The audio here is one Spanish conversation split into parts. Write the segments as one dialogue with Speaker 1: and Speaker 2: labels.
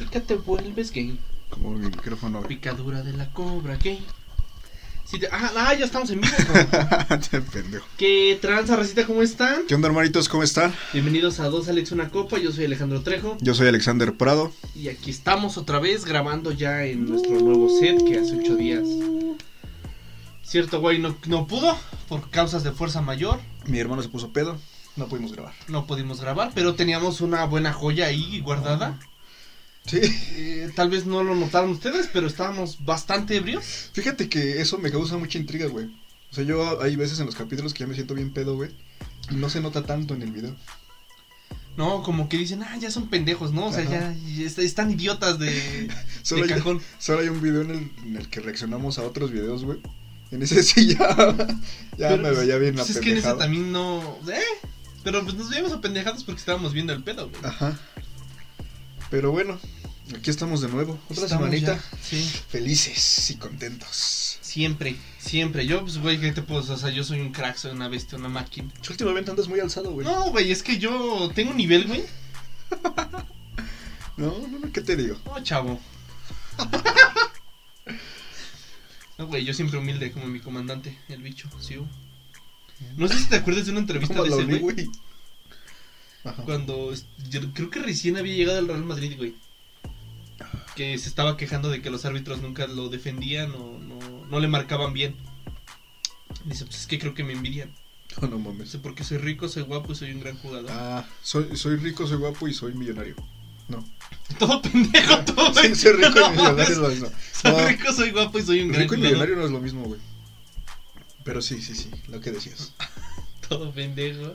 Speaker 1: nunca te vuelves gay.
Speaker 2: Como mi micrófono.
Speaker 1: Picadura de la cobra gay. Si te- Ah, ah, ya estamos en vivo.
Speaker 2: Te pendejo.
Speaker 1: ¿Qué tranza, recita? ¿Cómo están?
Speaker 2: ¿Qué onda, hermanitos? ¿Cómo están?
Speaker 1: Bienvenidos a Dos Alex Una Copa. Yo soy Alejandro Trejo.
Speaker 2: Yo soy Alexander Prado.
Speaker 1: Y aquí estamos otra vez grabando ya en nuestro nuevo set que hace ocho días. Cierto, güey, no, no pudo por causas de fuerza mayor.
Speaker 2: Mi hermano se puso pedo. No pudimos grabar.
Speaker 1: No pudimos grabar, pero teníamos una buena joya ahí guardada.
Speaker 2: Sí.
Speaker 1: Eh, tal vez no lo notaron ustedes, pero estábamos bastante ebrios.
Speaker 2: Fíjate que eso me causa mucha intriga, güey. O sea, yo hay veces en los capítulos que ya me siento bien pedo, güey. Y no se nota tanto en el video.
Speaker 1: No, como que dicen, ah, ya son pendejos, ¿no? O sea,
Speaker 2: Ajá.
Speaker 1: ya, ya est- están idiotas de, de
Speaker 2: Solo, hay,
Speaker 1: cajón.
Speaker 2: solo hay un video en el, en el que reaccionamos a otros videos, güey. En ese sí ya, ya
Speaker 1: Pero,
Speaker 2: me veía bien
Speaker 1: Pues es que en ese
Speaker 2: apendejado.
Speaker 1: también no. ¿Eh? Pero pues nos veíamos apendejados porque estábamos viendo el pedo, güey.
Speaker 2: Ajá. Pero bueno, aquí estamos de nuevo. Otra
Speaker 1: Estamos
Speaker 2: semanita.
Speaker 1: ya, Sí.
Speaker 2: Felices y contentos.
Speaker 1: Siempre, siempre. Yo, pues, güey, ¿qué te puedo? O sea, yo soy un crack, soy una bestia, una máquina.
Speaker 2: Yo últimamente andas muy alzado, güey.
Speaker 1: No, güey, es que yo tengo un nivel, güey.
Speaker 2: No, no, no, ¿qué te digo?
Speaker 1: No, chavo. No, güey, yo siempre humilde como mi comandante, el bicho, sí. güey. No sé si te acuerdas de una entrevista
Speaker 2: ¿Cómo
Speaker 1: de
Speaker 2: la
Speaker 1: ese
Speaker 2: olí,
Speaker 1: güey.
Speaker 2: güey? Ajá.
Speaker 1: Cuando es- yo creo que recién había llegado al Real Madrid, güey. Que se estaba quejando de que los árbitros nunca lo defendían o no, no le marcaban bien. Dice, pues es que creo que me envidian.
Speaker 2: Oh, No, no mames.
Speaker 1: Dice, porque soy rico, soy guapo y soy un gran jugador.
Speaker 2: Ah, soy, soy rico, soy guapo y soy millonario. No.
Speaker 1: Todo pendejo, todo.
Speaker 2: Ah, Sí,
Speaker 1: güey.
Speaker 2: soy rico
Speaker 1: No
Speaker 2: y millonario
Speaker 1: mames.
Speaker 2: es lo mismo.
Speaker 1: Soy
Speaker 2: No.
Speaker 1: rico, soy guapo y soy un gran
Speaker 2: Rico y
Speaker 1: jugador.
Speaker 2: millonario no es lo mismo, güey. Pero sí, sí, sí, lo que decías.
Speaker 1: Todo pendejo.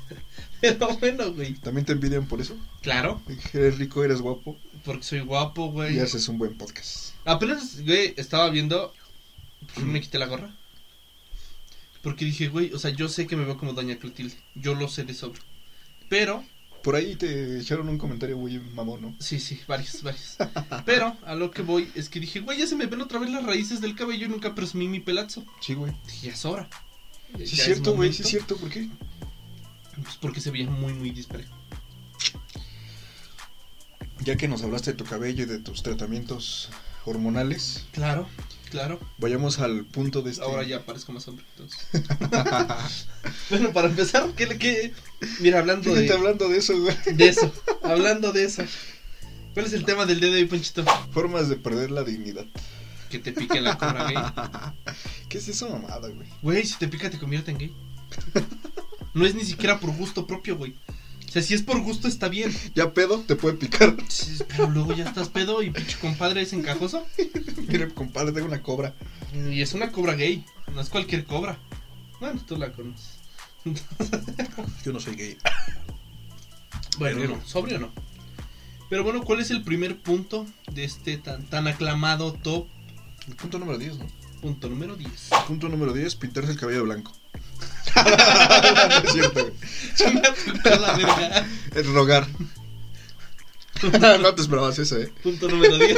Speaker 1: Pero bueno, güey.
Speaker 2: ¿También te envidian por eso?
Speaker 1: Claro,
Speaker 2: Eres rico, eres guapo
Speaker 1: porque soy guapo,
Speaker 2: y
Speaker 1: güey.
Speaker 2: haces un buen podcast.
Speaker 1: Apenas, güey, estaba viendo. ¿Por qué me quité la gorra? Porque dije, güey, o sea, yo sé que me veo como Doña Clotilde. Yo lo sé de sobra. Pero,
Speaker 2: Por ahí te echaron un comentario muy mamón, ¿no?
Speaker 1: sí, sí, varios, varios. Pero, a lo que voy es que dije, güey, ya se me ven otra vez las raíces del cabello y nunca presumí mi pelazo.
Speaker 2: Sí, güey.
Speaker 1: Dije, ya es hora. Ya
Speaker 2: Sí, es cierto, güey,
Speaker 1: momento.
Speaker 2: sí, es cierto, ¿por qué?
Speaker 1: Pues porque se veía muy, muy disparejo.
Speaker 2: Ya que nos hablaste de tu cabello y de tus tratamientos hormonales,
Speaker 1: Claro, claro.
Speaker 2: vayamos al punto de este.
Speaker 1: Ahora ya parezco más hombre, entonces. bueno, para empezar, ¿qué le qué? Mira, hablando
Speaker 2: Fíjate
Speaker 1: de,
Speaker 2: hablando de eso, güey.
Speaker 1: de eso, hablando de eso. ¿Cuál es el tema del día de hoy, Ponchito?
Speaker 2: Formas de perder la dignidad.
Speaker 1: Que te pique la cobra gay.
Speaker 2: ¿Qué es esa mamada, güey?
Speaker 1: Güey, si te pica te convierte en gay. No es ni siquiera por gusto propio, güey. O sea, si es por gusto está bien.
Speaker 2: Ya pedo, te puede picar.
Speaker 1: Sí, Pero luego ya estás pedo y pinche compadre es encajoso.
Speaker 2: Mire, compadre, tengo una cobra.
Speaker 1: Y es una cobra gay. No es cualquier cobra. Bueno, tú la conoces.
Speaker 2: Yo no soy gay.
Speaker 1: Bueno, no, sobrio no. Pero bueno, ¿cuál es el primer punto de este tan, tan aclamado top?
Speaker 2: El punto número 10, ¿no?
Speaker 1: Punto número 10.
Speaker 2: Punto número 10, pintarse el cabello de blanco. no es cierto, güey.
Speaker 1: Chinga tu cola, verga.
Speaker 2: Es rogar. no te esperabas eso, eh.
Speaker 1: Punto número 10.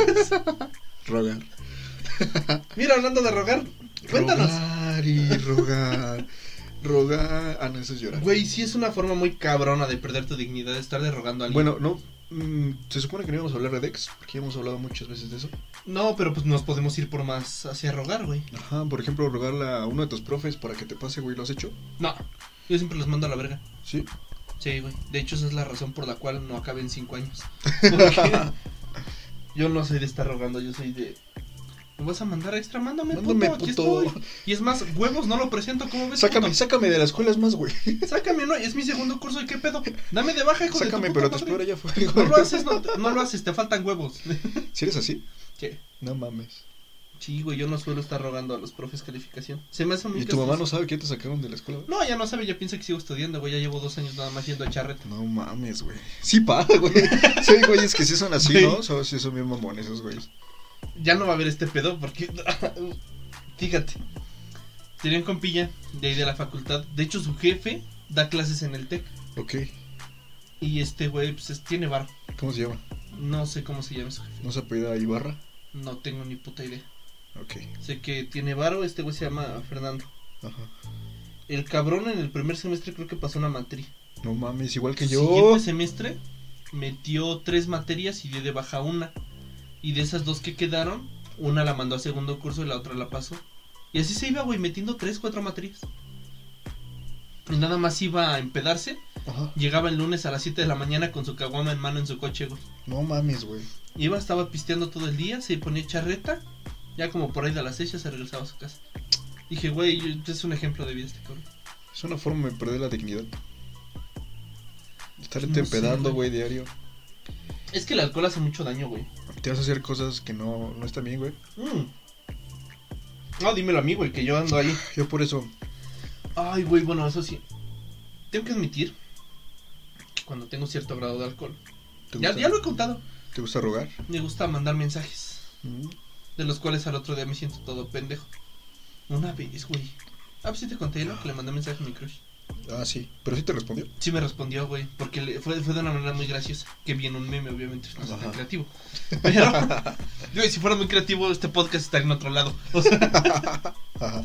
Speaker 2: Rogar.
Speaker 1: Mira, hablando de rogar, cuéntanos.
Speaker 2: Rogar y rogar. Rogar. Ah, no, eso es llorar.
Speaker 1: Güey, sí es una forma muy cabrona de perder tu dignidad, estarle rogando a alguien.
Speaker 2: Bueno, no. mm, se supone que no íbamos a hablar de Dex, porque ya hemos hablado muchas veces de eso.
Speaker 1: No, pero pues nos podemos ir por más hacia rogar, güey.
Speaker 2: Ajá, por ejemplo, rogarle a uno de tus profes para que te pase, güey, ¿lo has hecho?
Speaker 1: No, yo siempre los mando a la verga.
Speaker 2: Sí.
Speaker 1: Sí, güey. De hecho, esa es la razón por la cual no acabé en cinco años. Porque yo no soy de estar rogando, yo soy de... ¿Me vas a mandar extra? Mándame,
Speaker 2: Mándame,
Speaker 1: puto, aquí
Speaker 2: puto.
Speaker 1: estoy. Y es más, huevos no lo presento, ¿cómo ves?
Speaker 2: Sácame,
Speaker 1: puto?
Speaker 2: sácame de la escuela, es más, güey.
Speaker 1: Sácame, no, es mi segundo curso, ¿y qué pedo? Dame de baja, hijo
Speaker 2: Sácame,
Speaker 1: de tu
Speaker 2: pero
Speaker 1: puta
Speaker 2: te espero
Speaker 1: madre.
Speaker 2: allá fue
Speaker 1: No lo haces, no, no lo haces, te faltan huevos.
Speaker 2: Si eres así,
Speaker 1: ¿Qué?
Speaker 2: no mames.
Speaker 1: Sí, güey, yo no suelo estar rogando a los profes calificación. Se me hace muy
Speaker 2: ¿Y tu mamá
Speaker 1: castroso.
Speaker 2: no sabe que ya te sacaron de la escuela?
Speaker 1: No, ya no sabe, ya piensa que sigo estudiando, güey. Ya llevo dos años nada más yendo a charreta.
Speaker 2: No mames, güey. Sí, pa, güey. Sí, güey, es que sí son así,
Speaker 1: Güey.
Speaker 2: ¿no? So- sí, son bien mamones esos güeyes.
Speaker 1: Ya no va a haber este pedo porque. Fíjate. Tenía un compilla de ahí de la facultad. De hecho, su jefe da clases en el TEC.
Speaker 2: Ok.
Speaker 1: Y este güey, pues es- tiene bar.
Speaker 2: ¿Cómo se llama?
Speaker 1: No sé cómo se llama su jefe.
Speaker 2: ¿No se apellida Ibarra?
Speaker 1: No tengo ni puta idea.
Speaker 2: Ok.
Speaker 1: Sé que tiene varo, este güey se llama Fernando.
Speaker 2: Ajá.
Speaker 1: El cabrón en el primer semestre creo que pasó una matriz.
Speaker 2: No mames, igual que
Speaker 1: Siguiente
Speaker 2: yo.
Speaker 1: semestre metió tres materias y dio de baja una. Y de esas dos que quedaron, una la mandó a segundo curso y la otra la pasó. Y así se iba, güey, metiendo tres, cuatro materias. Y nada más iba a empedarse.
Speaker 2: Ajá.
Speaker 1: Llegaba el lunes a las 7 de la mañana con su caguama en mano en su coche, güey.
Speaker 2: No mames, güey.
Speaker 1: Iba, estaba pisteando todo el día, se ponía charreta. Ya como por ahí de las 6 ya se regresaba a su casa. Dije, güey, yo- es un ejemplo de vida este cabrón.
Speaker 2: Es una forma de perder la dignidad. Estar
Speaker 1: No
Speaker 2: te
Speaker 1: sé,
Speaker 2: empedando,
Speaker 1: güey.
Speaker 2: güey, diario.
Speaker 1: Es que el alcohol hace mucho daño, güey.
Speaker 2: Te vas a hacer cosas que no, no están bien, güey.
Speaker 1: Mm. No, dímelo a mí, güey, que yo ando ahí.
Speaker 2: Yo por eso,
Speaker 1: Ay, güey, bueno, eso sí. Tengo que admitir que cuando tengo cierto grado de alcohol.
Speaker 2: ¿te
Speaker 1: Ya,
Speaker 2: gusta,
Speaker 1: ya lo he contado.
Speaker 2: ¿te gusta rogar?
Speaker 1: Me gusta mandar mensajes.
Speaker 2: Mm.
Speaker 1: De los cuales al otro día me siento todo pendejo. Una vez, güey. Ah, pues sí te conté, ¿no? Que le mandé mensaje a mi crush.
Speaker 2: Ah, sí. Pero sí te respondió.
Speaker 1: Sí me respondió, güey, porque le- fue, fue de una manera muy graciosa. Que viene un meme, obviamente, no soy tan
Speaker 2: Ajá.
Speaker 1: creativo. Pero, güey, si fuera muy creativo, este podcast estaría en otro lado. O sea,
Speaker 2: Ajá.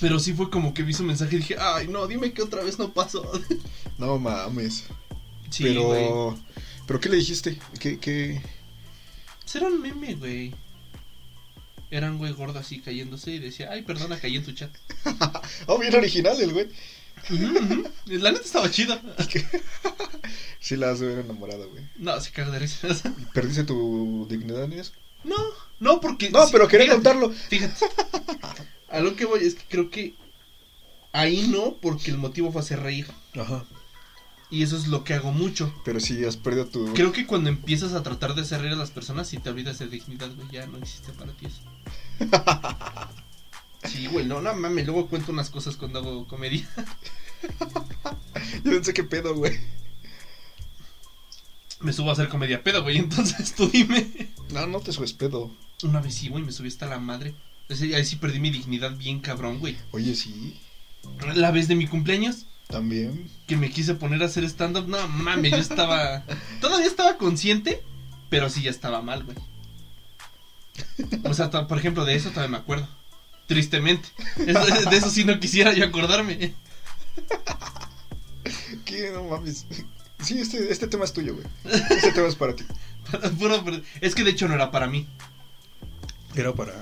Speaker 1: pero sí fue como que vi su mensaje y dije, ay, no, dime que otra vez no pasó.
Speaker 2: No mames.
Speaker 1: Sí,
Speaker 2: pero.
Speaker 1: güey.
Speaker 2: ¿Pero qué le dijiste? ¿Qué, qué?
Speaker 1: Pues era un meme, güey. Era un güey gordo así cayéndose y decía, ay, perdona, caí en tu chat.
Speaker 2: Oh, bien original el güey.
Speaker 1: Ujú, ujú. La neta estaba chida.
Speaker 2: Sí, la has de ver enamorada, güey.
Speaker 1: No, se caga de risa.
Speaker 2: ¿Y ¿Perdiste tu dignidad en eso?
Speaker 1: No, no, porque.
Speaker 2: No,
Speaker 1: sí,
Speaker 2: pero quería
Speaker 1: fíjate,
Speaker 2: contarlo.
Speaker 1: Fíjate. A lo que voy es que creo que ahí no, porque el motivo fue hacer reír.
Speaker 2: Ajá.
Speaker 1: Y eso es lo que hago mucho.
Speaker 2: Pero sí, has perdido tu.
Speaker 1: Creo que cuando empiezas a tratar de hacer reír a las personas, si te olvidas de dignidad, güey, ya no existe para ti eso. Sí, güey, no, no mames, luego cuento unas cosas cuando hago comedia.
Speaker 2: Yo pensé qué pedo, güey.
Speaker 1: Me subo a hacer comedia pedo, güey, entonces tú dime.
Speaker 2: No, no te subes pedo.
Speaker 1: Una vez sí, güey, me subí hasta la madre. Ese- Ahí sí perdí mi dignidad bien cabrón, güey.
Speaker 2: Oye, sí.
Speaker 1: La vez de mi cumpleaños,
Speaker 2: También.
Speaker 1: que me quise poner a hacer stand-up. No mames, yo estaba. Todavía estaba consciente, pero sí ya estaba mal, güey. O sea, ta- por ejemplo, de eso todavía me acuerdo. Tristemente. Eso- de eso sí no quisiera yo acordarme.
Speaker 2: ¿Qué? No mames. Sí, este, este tema es tuyo, güey. Este tema es para ti.
Speaker 1: Puro- puro- es que de hecho no era para mí.
Speaker 2: Era para.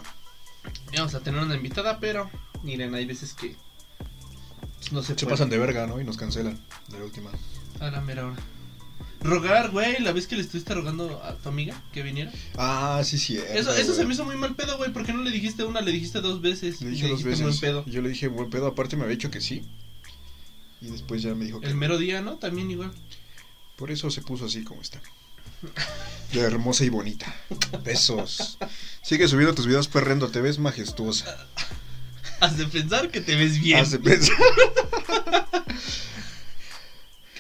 Speaker 1: Íbamos a tener una invitada, pero. Miren, hay veces que. pues, No se,
Speaker 2: Se
Speaker 1: puede.
Speaker 2: pasan de verga, ¿no? Y nos cancelan. De la última.
Speaker 1: A la mera hora. Rogar, güey, la vez que le estuviste rogando a tu amiga que viniera.
Speaker 2: Ah, sí, sí.
Speaker 1: Eso, eso se me hizo muy mal pedo, güey. ¿Por qué no le dijiste una? Le dijiste dos veces.
Speaker 2: Le
Speaker 1: y
Speaker 2: dije dos
Speaker 1: dijiste buen
Speaker 2: veces.
Speaker 1: pedo.
Speaker 2: Yo le dije buen pedo. Aparte me había dicho que sí. Y después ya me dijo que.
Speaker 1: El mero día, ¿no? También igual.
Speaker 2: Por eso se puso así como está. Ya hermosa y bonita. Besos. Sigue subiendo tus videos perrendo. Te ves majestuosa.
Speaker 1: Has de pensar que te ves bien.
Speaker 2: Has de pensar.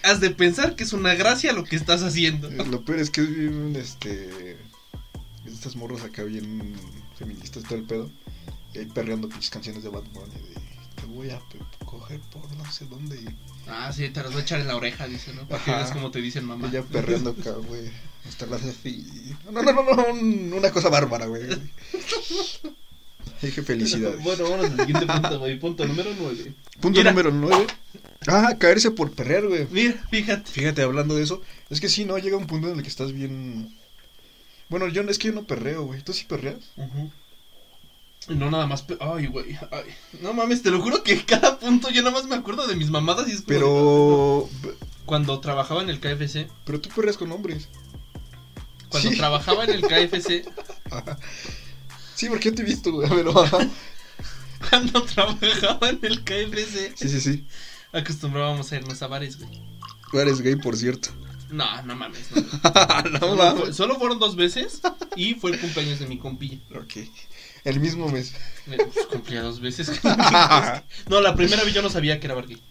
Speaker 1: Has de pensar que es una gracia lo que estás haciendo.
Speaker 2: Lo peor es que es bien, este. Estas morras acá bien feministas, todo el pedo. Y ahí perreando pinches canciones de Bad Bunny. De, te voy a pe- coger por no sé dónde. Y
Speaker 1: Ah, sí, te las voy a echar en la oreja, dice, ¿no? Porque
Speaker 2: Ajá.
Speaker 1: es como te dicen mamá.
Speaker 2: ella perreando acá, güey. Hasta la hace así. No, no, no, no, no, un- Una cosa bárbara, güey. Dije felicidades.
Speaker 1: Bueno, vamos al siguiente punto, güey. Punto número 9.
Speaker 2: Punto
Speaker 1: Mira.
Speaker 2: número 9. Ah, caerse por perrear, güey.
Speaker 1: Mira, fíjate.
Speaker 2: Fíjate, hablando de eso, es que sí, ¿no? Llega un punto en el que estás bien. Bueno, yo es que yo no perreo, güey. ¿Tú sí perreas?
Speaker 1: No, nada más. pe- Ay, güey. ay. No mames, te lo juro que cada punto yo nada más me acuerdo de mis mamadas y es como de-
Speaker 2: Pero.
Speaker 1: Cuando trabajaba en el KFC.
Speaker 2: Pero tú perreas con hombres.
Speaker 1: Cuando
Speaker 2: Sí.
Speaker 1: trabajaba en el KFC.
Speaker 2: Sí, porque yo te he visto, güey. Pero...
Speaker 1: Cuando trabajaba en el KFC.
Speaker 2: Sí, sí, sí.
Speaker 1: Acostumbrábamos a irnos a bares, güey.
Speaker 2: Tú eres gay, por cierto.
Speaker 1: No, no mames. Ah, no.
Speaker 2: no
Speaker 1: Solo, fue-
Speaker 2: mames.
Speaker 1: solo fueron dos veces y fue el cumpleaños de mi compilla.
Speaker 2: Ok. El mismo mes.
Speaker 1: Me- pues, cumplía dos veces. no, la primera vez yo no sabía que era Barbie.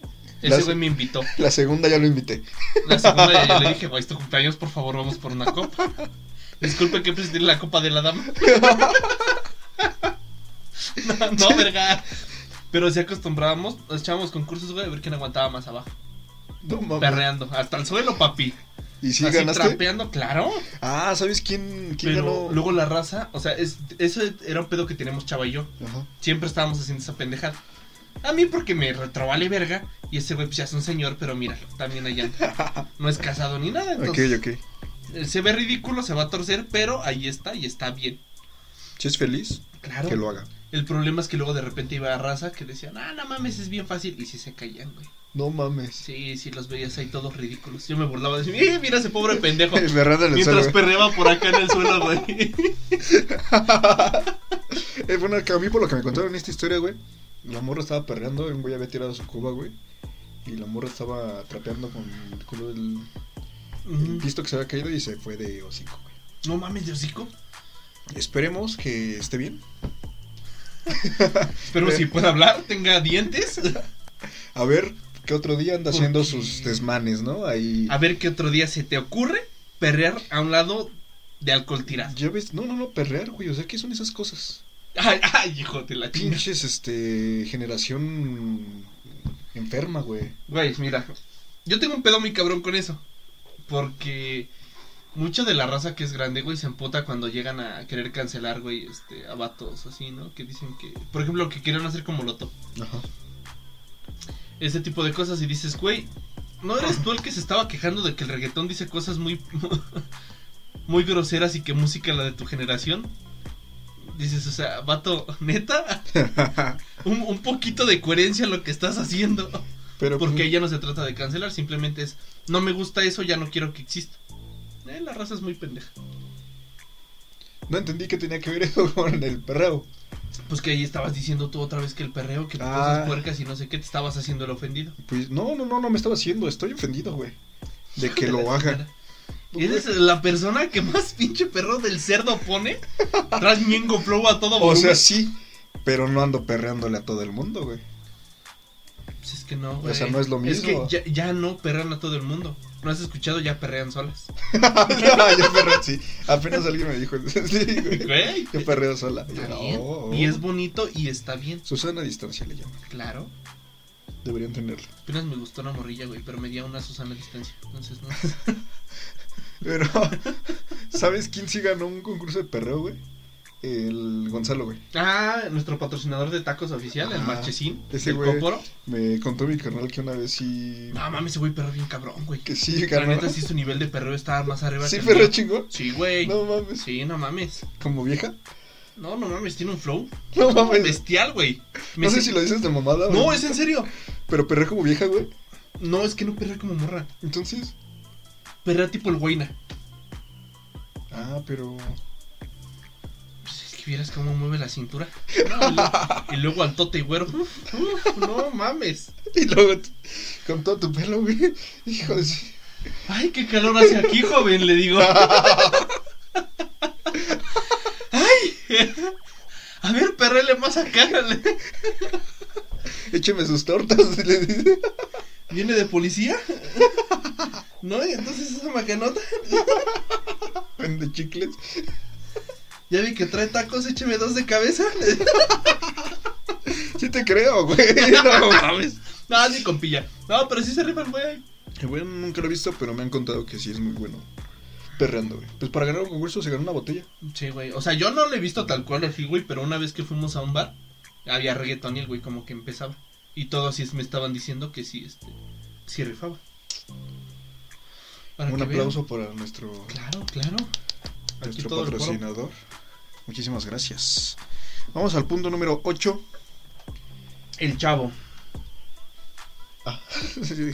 Speaker 1: Ese
Speaker 2: La-
Speaker 1: güey me invitó.
Speaker 2: La segunda ya lo invité.
Speaker 1: La segunda ya- ya le dije, güey, es tu cumpleaños, por favor, vamos por una copa. Disculpe que presenté la copa de la dama. no, no, verga. Pero si acostumbrábamos, nos echábamos concursos, güey, a ver quién aguantaba más abajo.
Speaker 2: No mames.
Speaker 1: Perreando, hasta el suelo, papi.
Speaker 2: ¿Y sí
Speaker 1: Así
Speaker 2: ganaste?
Speaker 1: trapeando, claro.
Speaker 2: Ah, ¿sabes quién, quién
Speaker 1: Pero
Speaker 2: ganó?
Speaker 1: luego la raza, o sea, es, eso era un pedo que tenemos Chava y yo.
Speaker 2: Ajá.
Speaker 1: Siempre estábamos haciendo esa pendejada. A mí porque me retrovale verga. Y ese güey pues ya es un señor, pero míralo, también allá. No es casado ni nada.
Speaker 2: ok,
Speaker 1: Entonces,
Speaker 2: ok.
Speaker 1: eh, se ve ridículo, se va a torcer, pero ahí está y está bien.
Speaker 2: Si es feliz,
Speaker 1: Claro.
Speaker 2: que lo haga.
Speaker 1: El problema es que luego de repente iba a raza que decían, ah, no mames, es bien fácil. Y sí se caían, güey.
Speaker 2: No mames.
Speaker 1: Sí, sí, los veías ahí todos ridículos. Yo me burlaba de decir, "Eh, mira ese pobre pendejo.
Speaker 2: Me rata en el
Speaker 1: Mientras
Speaker 2: suelo. güey.
Speaker 1: perreaba por acá en el suelo, güey.
Speaker 2: Eh, bueno, que a mí por lo que me contaron en esta historia, güey. La morra estaba perreando, y un güey había tirado su cuba, güey. Y la morra estaba trapeando con el culo del el
Speaker 1: Ujú.
Speaker 2: pisto que se había caído y se fue de hocico, güey.
Speaker 1: No mames, de hocico.
Speaker 2: Esperemos que esté bien.
Speaker 1: Espero si pueda hablar, tenga dientes.
Speaker 2: A ver qué otro día anda
Speaker 1: ¿Por
Speaker 2: haciendo
Speaker 1: qué?
Speaker 2: sus desmanes, ¿no? Ahí.
Speaker 1: A ver qué otro día se te ocurre perrear a un lado de alcohol tirado.
Speaker 2: Ya ves, no, no, no, perrear, güey. O sea, ¿qué son esas cosas?
Speaker 1: Ay, ay, hijo de la chinga.
Speaker 2: Pinches, este. Generación. Enferma, güey.
Speaker 1: Güey, mira. Yo tengo un pedo muy cabrón con eso. Porque mucha de la raza que es grande, güey, se emputa cuando llegan a querer cancelar, güey, este, a vatos así, ¿no? Que dicen que. Por ejemplo, que quieren hacer como Loto.
Speaker 2: Ajá.
Speaker 1: Ese tipo de cosas y dices, güey, ¿no eres tú el que se estaba quejando de que el reggaetón dice cosas muy. muy groseras y que música la de tu generación? Dices, o sea, vato, neta, un, un poquito de coherencia en lo que estás haciendo.
Speaker 2: Pero. pues,
Speaker 1: Porque ya no se trata de cancelar, simplemente es, no me gusta eso, ya no quiero que exista. Eh, la raza es muy pendeja.
Speaker 2: No entendí que tenía que ver eso con el perreo.
Speaker 1: Pues que ahí estabas diciendo tú otra vez que el perreo, que
Speaker 2: Ah.
Speaker 1: cosas puercas y no sé qué, te estabas haciendo el ofendido.
Speaker 2: Pues no, no, no, no me estaba haciendo. Estoy ofendido, güey. De que lo haga.
Speaker 1: Eres la persona que más pinche perro del cerdo pone. Tras Ñengo Flow a todo
Speaker 2: O
Speaker 1: volumen.
Speaker 2: sea, sí. Pero no ando perreándole a todo el mundo, güey.
Speaker 1: Pues es que no,
Speaker 2: o sea,
Speaker 1: güey.
Speaker 2: no es lo
Speaker 1: Es que
Speaker 2: mismo.
Speaker 1: ya, ya no perran a todo el mundo. ¿No has escuchado? Ya perrean solas.
Speaker 2: Yo perreo, sí. Apenas alguien me dijo. sí, güey.
Speaker 1: Güey.
Speaker 2: Yo perreo sola.
Speaker 1: Está
Speaker 2: Yo,
Speaker 1: bien.
Speaker 2: oh, oh.
Speaker 1: Y es bonito y está bien.
Speaker 2: Susana a distancia le llaman.
Speaker 1: Claro.
Speaker 2: Deberían tenerla.
Speaker 1: Apenas me gustó una morrilla, güey, pero me dio una Susana a distancia. Entonces, no.
Speaker 2: Pero, ¿sabes quién sí ganó un concurso de perreo, güey? El Gonzalo, güey.
Speaker 1: Ah, nuestro patrocinador de tacos oficial, el
Speaker 2: Ah,
Speaker 1: Marchesín.
Speaker 2: ese
Speaker 1: el
Speaker 2: güey.
Speaker 1: Cóporo.
Speaker 2: Me contó mi carnal que una vez sí.
Speaker 1: No mames, ese güey perro bien cabrón, güey.
Speaker 2: Que sí
Speaker 1: La
Speaker 2: ganó.
Speaker 1: neta, sí, su nivel de perreo está más arriba
Speaker 2: Sí,
Speaker 1: el
Speaker 2: perreo
Speaker 1: mío.
Speaker 2: chingón.
Speaker 1: Sí, güey.
Speaker 2: No mames.
Speaker 1: Sí, no mames.
Speaker 2: ¿Como vieja?
Speaker 1: No, no mames, tiene un flow
Speaker 2: No mames.
Speaker 1: bestial, güey. Me
Speaker 2: No sé
Speaker 1: se-
Speaker 2: si lo dices de mamada,
Speaker 1: No,
Speaker 2: güey,
Speaker 1: es en serio.
Speaker 2: Pero perreo como vieja, güey.
Speaker 1: No, es que no perrea como morra.
Speaker 2: Entonces.
Speaker 1: Perrea tipo el güeyna.
Speaker 2: Ah, pero.
Speaker 1: Pues es que vieras cómo mueve la cintura. No, y, luego, y luego al tote y güero. Uf, uf, no mames.
Speaker 2: Y luego, t- con todo tu pelo, güey. Hijo de. sí.
Speaker 1: Ay, qué calor hace aquí, joven, le digo. Ay. A ver, perrele más acá. le-
Speaker 2: Écheme sus tortas, le dice.
Speaker 1: ¿Viene de policía? ¿No? Y entonces esa macanota.
Speaker 2: Vende chicles.
Speaker 1: Ya vi que trae tacos, écheme dos de cabeza.
Speaker 2: Sí te creo, güey. No mames.
Speaker 1: No, ni con pilla. No, pero sí se rifa el güey.
Speaker 2: El güey nunca lo he visto, pero me han contado que sí es muy bueno. Perreando, güey. Pues para ganar un concurso se ganó una botella.
Speaker 1: Sí, güey. O sea, yo no lo he visto tal cual así, güey, pero una vez que fuimos a un bar, había reggaetón y el güey como que empezaba. Y todos sí me estaban diciendo que sí, este, sí rifaba. Para
Speaker 2: Un
Speaker 1: que vean.
Speaker 2: aplauso para nuestro,
Speaker 1: Claro, claro. Aquí
Speaker 2: nuestro
Speaker 1: todo el
Speaker 2: patrocinador. Muchísimas gracias. Vamos al punto número 8.
Speaker 1: El chavo.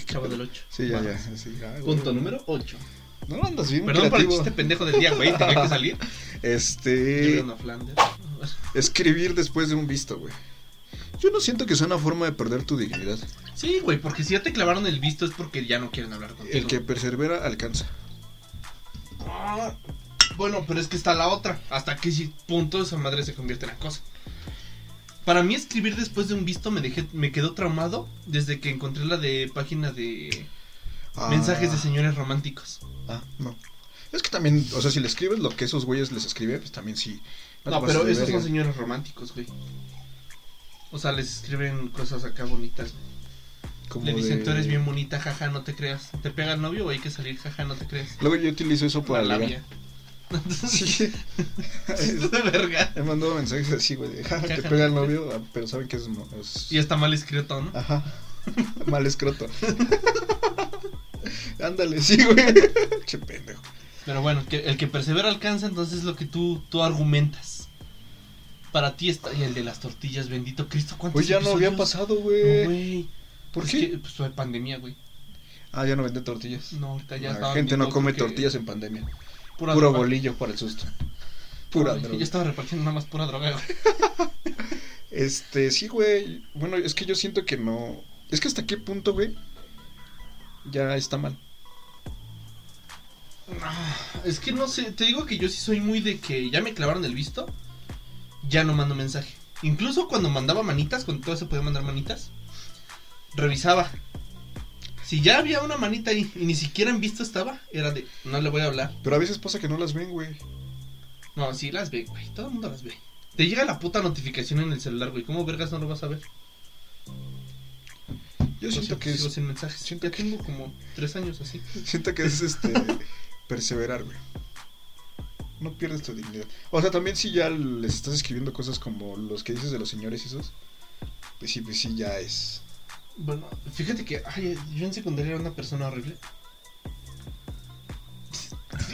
Speaker 1: Chavo del
Speaker 2: sí,
Speaker 1: 8.
Speaker 2: ya, ya. sí, ya, güey.
Speaker 1: Punto número 8.
Speaker 2: No andas bien
Speaker 1: Perdón por el
Speaker 2: creativo.
Speaker 1: chiste pendejo del día, güey. Tenía que salir.
Speaker 2: Este.
Speaker 1: Llegaron a Flanders.
Speaker 2: Escribir después de un visto, güey. Yo no siento que sea una forma de perder tu dignidad.
Speaker 1: Sí, güey, porque si ya te clavaron el visto es porque ya no quieren hablar contigo.
Speaker 2: El que persevera alcanza.
Speaker 1: Ah, Bueno, pero es que está la otra. Hasta que si punto esa madre se convierte en cosa. Para mí escribir después de un visto me dejé, me quedó traumado desde que encontré la de página de
Speaker 2: Ah,
Speaker 1: mensajes de señores románticos.
Speaker 2: Ah, no. Es que también, o sea, si le escribes lo que esos güeyes les escriben, pues también pues sí. te
Speaker 1: No,
Speaker 2: pases
Speaker 1: pero
Speaker 2: de
Speaker 1: esos son
Speaker 2: verga.
Speaker 1: señores románticos, güey. O sea, les escriben cosas acá bonitas.
Speaker 2: Como
Speaker 1: Le dicen,
Speaker 2: de-
Speaker 1: tú eres bien bonita, jaja, no te creas. Te pega el novio o hay que salir, jaja, no te creas.
Speaker 2: Luego yo utilizo eso para
Speaker 1: La
Speaker 2: ligar.
Speaker 1: labia.
Speaker 2: Sí.
Speaker 1: Esto de verga.
Speaker 2: He mandado mensajes así, güey. de, "Ja, te
Speaker 1: Jaja.
Speaker 2: pega el novio, ah, pero saben que es. mo- es-
Speaker 1: Y está mal escrito, ¿no?
Speaker 2: Ajá. Mal escroto. Ándale, sí, güey. Che pendejo.
Speaker 1: Pero bueno, que el que persevera alcanza, entonces es lo que tú, tú argumentas. Para ti está. Y el de las tortillas, bendito Cristo, ¿cuántos
Speaker 2: Güey, Pues ya no había
Speaker 1: episodios?
Speaker 2: pasado,
Speaker 1: No,
Speaker 2: güey.
Speaker 1: güey.
Speaker 2: ¿Por
Speaker 1: Es
Speaker 2: qué?
Speaker 1: que, pues fue pandemia, güey.
Speaker 2: Ah, ya no vende tortillas.
Speaker 1: No, ahorita ya
Speaker 2: La
Speaker 1: estaba.
Speaker 2: gente no
Speaker 1: vendiendo
Speaker 2: come
Speaker 1: porque
Speaker 2: tortillas en pandemia.
Speaker 1: pura
Speaker 2: Puro
Speaker 1: droga.
Speaker 2: bolillo para el susto. Pura
Speaker 1: Ay,
Speaker 2: droga.
Speaker 1: Yo estaba repartiendo nada más pura droga, güey.
Speaker 2: Este, sí, güey. Bueno, es que yo siento que no. Es que hasta qué punto, güey. Ya está mal.
Speaker 1: Ah, Es que no sé, te digo que yo sí soy muy de que ya me clavaron el visto, ya no mando mensaje. Incluso cuando mandaba manitas, cuando todo se podía mandar manitas, revisaba. Si ya había una manita ahí y ni siquiera en visto estaba, era de no le voy a hablar.
Speaker 2: Pero a veces pasa que no las ven, güey.
Speaker 1: No, sí las ve, güey, todo el mundo las ve. Te llega la puta notificación en el celular, güey, ¿cómo vergas no lo vas a ver?
Speaker 2: Yo
Speaker 1: Lo
Speaker 2: siento
Speaker 1: siento,
Speaker 2: que
Speaker 1: sigo
Speaker 2: es.
Speaker 1: sin mensajes.
Speaker 2: siento
Speaker 1: ya tengo como tres años así.
Speaker 2: Siento que es este. perseverar, güey. No pierdes tu dignidad. O sea, también si ya les estás escribiendo cosas como los que dices de los señores y esos. Pues sí, pues sí, ya es.
Speaker 1: Bueno, fíjate que ay, yo en secundaria era una persona horrible.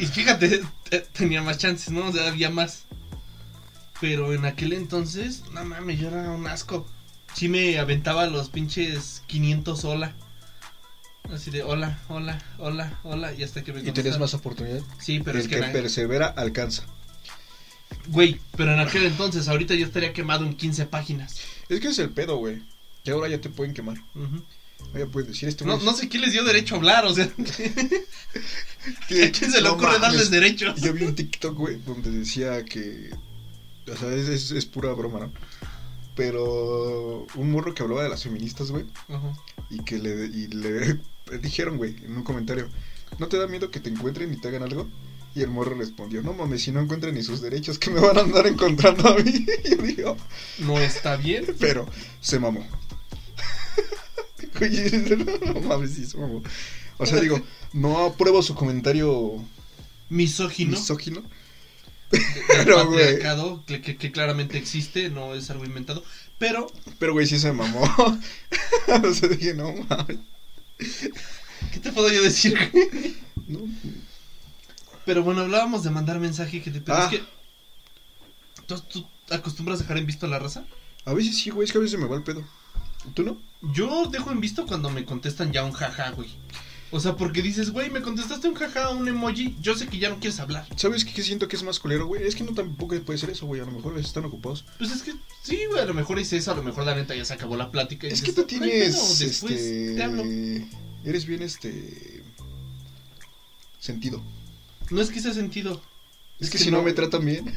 Speaker 1: Y fíjate, te- tenía más chances, ¿no? O sea, había más. Pero en aquel entonces, no mames, yo era un asco. Sí me aventaba los pinches 500 hola. Así de hola, hola, hola, hola. Y hasta que me
Speaker 2: Y tenías
Speaker 1: contestaron.
Speaker 2: más oportunidad.
Speaker 1: Sí, Pues pero
Speaker 2: el
Speaker 1: es que.
Speaker 2: que
Speaker 1: era-
Speaker 2: persevera alcanza.
Speaker 1: Güey, pero en aquel entonces, ahorita yo estaría quemado en 15 páginas.
Speaker 2: Es que es el pedo, güey. Que ahora ya te pueden quemar.
Speaker 1: Ujú.
Speaker 2: Ahora ya puedes decir este
Speaker 1: no,
Speaker 2: güey
Speaker 1: no sé quién les dio derecho a hablar, o sea.
Speaker 2: que-
Speaker 1: ¿A quién se le
Speaker 2: no
Speaker 1: ocurre darles
Speaker 2: mames.
Speaker 1: derechos?
Speaker 2: Yo vi un TikTok, güey, donde decía que. O sea, es, es- es pura broma, ¿no? Pero un morro que hablaba de las feministas, güey,
Speaker 1: Ajá.
Speaker 2: y que le, y le dijeron, güey, en un comentario: ¿No te da miedo que te encuentren y te hagan algo? Y el morro respondió: No mames, si no encuentran ni sus derechos, que me van a andar encontrando a mí. Y digo,
Speaker 1: no está bien.
Speaker 2: Pero se mamó. Oye, no mames, sí, se mamó. O sea, digo, no apruebo su comentario
Speaker 1: Misógino.
Speaker 2: misógino.
Speaker 1: el
Speaker 2: pero, güey.
Speaker 1: patriarcado, que, que- que claramente existe, no es algo inventado. Pero,
Speaker 2: Pero, güey, sí se mamó. o sea, dije, no mames.
Speaker 1: ¿qué te puedo yo decir?
Speaker 2: No.
Speaker 1: pero bueno, hablábamos de mandar mensaje que te pero
Speaker 2: Ah.
Speaker 1: es que. ¿tú, tú acostumbras a dejar en visto a la raza?
Speaker 2: A veces sí, güey, es que a veces se me va el pedo. ¿Tú no?
Speaker 1: Yo dejo en visto cuando me contestan ya un jaja, güey. O sea, porque dices, güey, me contestaste un jaja, un emoji. Yo sé que ya no quieres hablar.
Speaker 2: ¿Sabes qué qué siento que es más culero, güey? Es que no tampoco puede ser eso, güey. A lo mejor a veces están ocupados.
Speaker 1: Pues es que, sí, güey, a lo mejor hice eso, a lo mejor la neta ya se acabó la plática. y
Speaker 2: Es que
Speaker 1: dices,
Speaker 2: tú
Speaker 1: "No hay pedo,
Speaker 2: tienes.
Speaker 1: después
Speaker 2: Este.
Speaker 1: te hablo.
Speaker 2: Eres bien, este. Sentido.
Speaker 1: No es que sea sentido.
Speaker 2: Es, que, si no me tratan bien,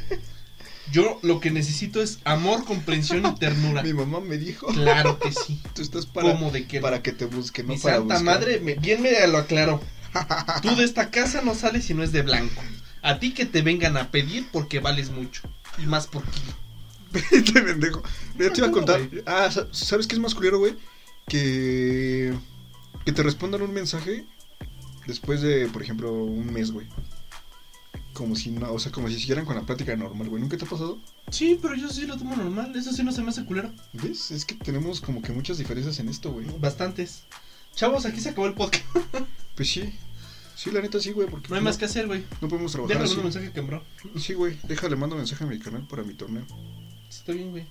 Speaker 1: Yo lo que necesito es amor, comprensión y ternura.
Speaker 2: mi mamá me dijo.
Speaker 1: Claro que sí.
Speaker 2: Tú estás para,
Speaker 1: ¿Cómo de que no?
Speaker 2: para que te busquen, no
Speaker 1: Mi
Speaker 2: para
Speaker 1: santa
Speaker 2: buscar.
Speaker 1: madre, me- bien me lo aclaró. Tú de esta casa no sales si no es de blanco. A ti que te vengan a pedir porque vales mucho. Y más por kilo.
Speaker 2: Este pendejo. Yo te iba a
Speaker 1: No,
Speaker 2: contar.
Speaker 1: güey.
Speaker 2: Ah, sa- ¿sabes qué es más culero, güey? Que. Que te respondan un mensaje después de, por ejemplo, un mes, güey. Como si no, o sea, como si siguieran con la plática normal, güey. ¿Nunca te ha pasado?
Speaker 1: Sí, pero yo sí lo tomo normal. Eso sí no se me hace culero.
Speaker 2: ¿Ves? Es que tenemos como que muchas diferencias en esto, güey.
Speaker 1: Bastantes. Chavos, aquí se acabó el podcast.
Speaker 2: Pues sí. Sí, la neta sí, güey, porque
Speaker 1: No hay más que hacer, güey.
Speaker 2: no podemos trabajar
Speaker 1: Déjale
Speaker 2: así.
Speaker 1: un mensaje que bro.
Speaker 2: Sí, güey, déjale, mando mensaje a mi canal para mi torneo.
Speaker 1: Está bien, güey.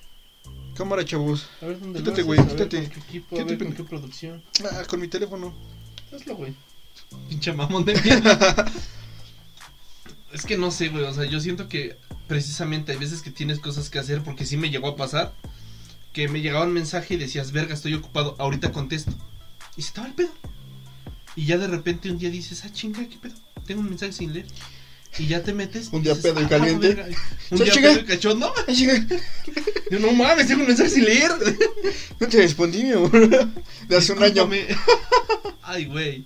Speaker 2: Cámara, chavos.
Speaker 1: A ver dónde
Speaker 2: Quítate,
Speaker 1: lo haces,
Speaker 2: güey,
Speaker 1: a ver
Speaker 2: quítate.
Speaker 1: con qué equipo, a
Speaker 2: Quítate,
Speaker 1: ver con
Speaker 2: pendejo.
Speaker 1: qué producción.
Speaker 2: Ah, con mi teléfono.
Speaker 1: Hazlo, güey. Pinche mamón de mierda. es que no sé, güey. O sea, yo siento que precisamente hay veces que tienes cosas que hacer porque sí me llegó a pasar que me llegaba un mensaje y decías, verga, estoy ocupado, ahorita contesto. Y se estaba el pedo. Y ya de repente un día dices, ah, chinga, qué pedo. Tengo un mensaje sin leer. Y ya te metes.
Speaker 2: Un día
Speaker 1: dices,
Speaker 2: pedo y
Speaker 1: "Ah,
Speaker 2: caliente".
Speaker 1: verga, Un
Speaker 2: Sí,
Speaker 1: día
Speaker 2: chinga.
Speaker 1: pedo y cachondo. Yo, no mames, tengo un mensaje sin leer.
Speaker 2: No te respondí, mi amor. De hace un año.
Speaker 1: Discúlpame. Ay, güey.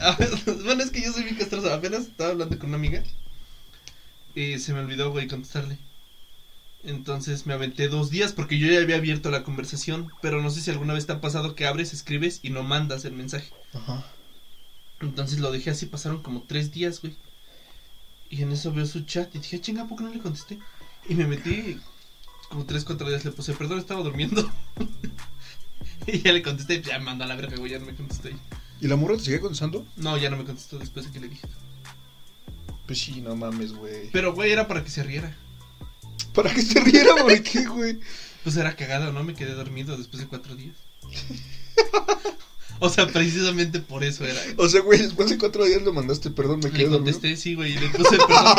Speaker 1: A ver, Bueno, es que yo soy bien castroso. Apenas estaba hablando con una amiga y se me olvidó, güey, contestarle. Entonces me aventé dos días porque yo ya había abierto la conversación. Pero no sé si alguna vez te ha pasado que abres, escribes y no mandas el mensaje.
Speaker 2: Ajá.
Speaker 1: Entonces lo dejé así, pasaron como tres días, güey. Y en eso veo su chat y dije, "Ah, chinga, ¿por qué no le contesté? Y me metí, como 3, 4 días le puse, perdón, estaba durmiendo. y ya le contesté, ya me mandó a la verga, güey, ya no me contestó. ella.
Speaker 2: ¿Y la morra te sigue contestando?
Speaker 1: No, ya no me contestó después de que le dije.
Speaker 2: Pues sí, no mames, güey.
Speaker 1: Pero, güey, era para que se riera.
Speaker 2: ¿Para qué se riera, por qué, güey?
Speaker 1: Pues era cagado, ¿no? Me quedé dormido después de cuatro días. o sea, precisamente por eso era.
Speaker 2: O sea, güey, después de cuatro días le mandaste, perdón, me quedé
Speaker 1: Le
Speaker 2: dormido.
Speaker 1: contesté, sí, güey, y le puse, perdón, me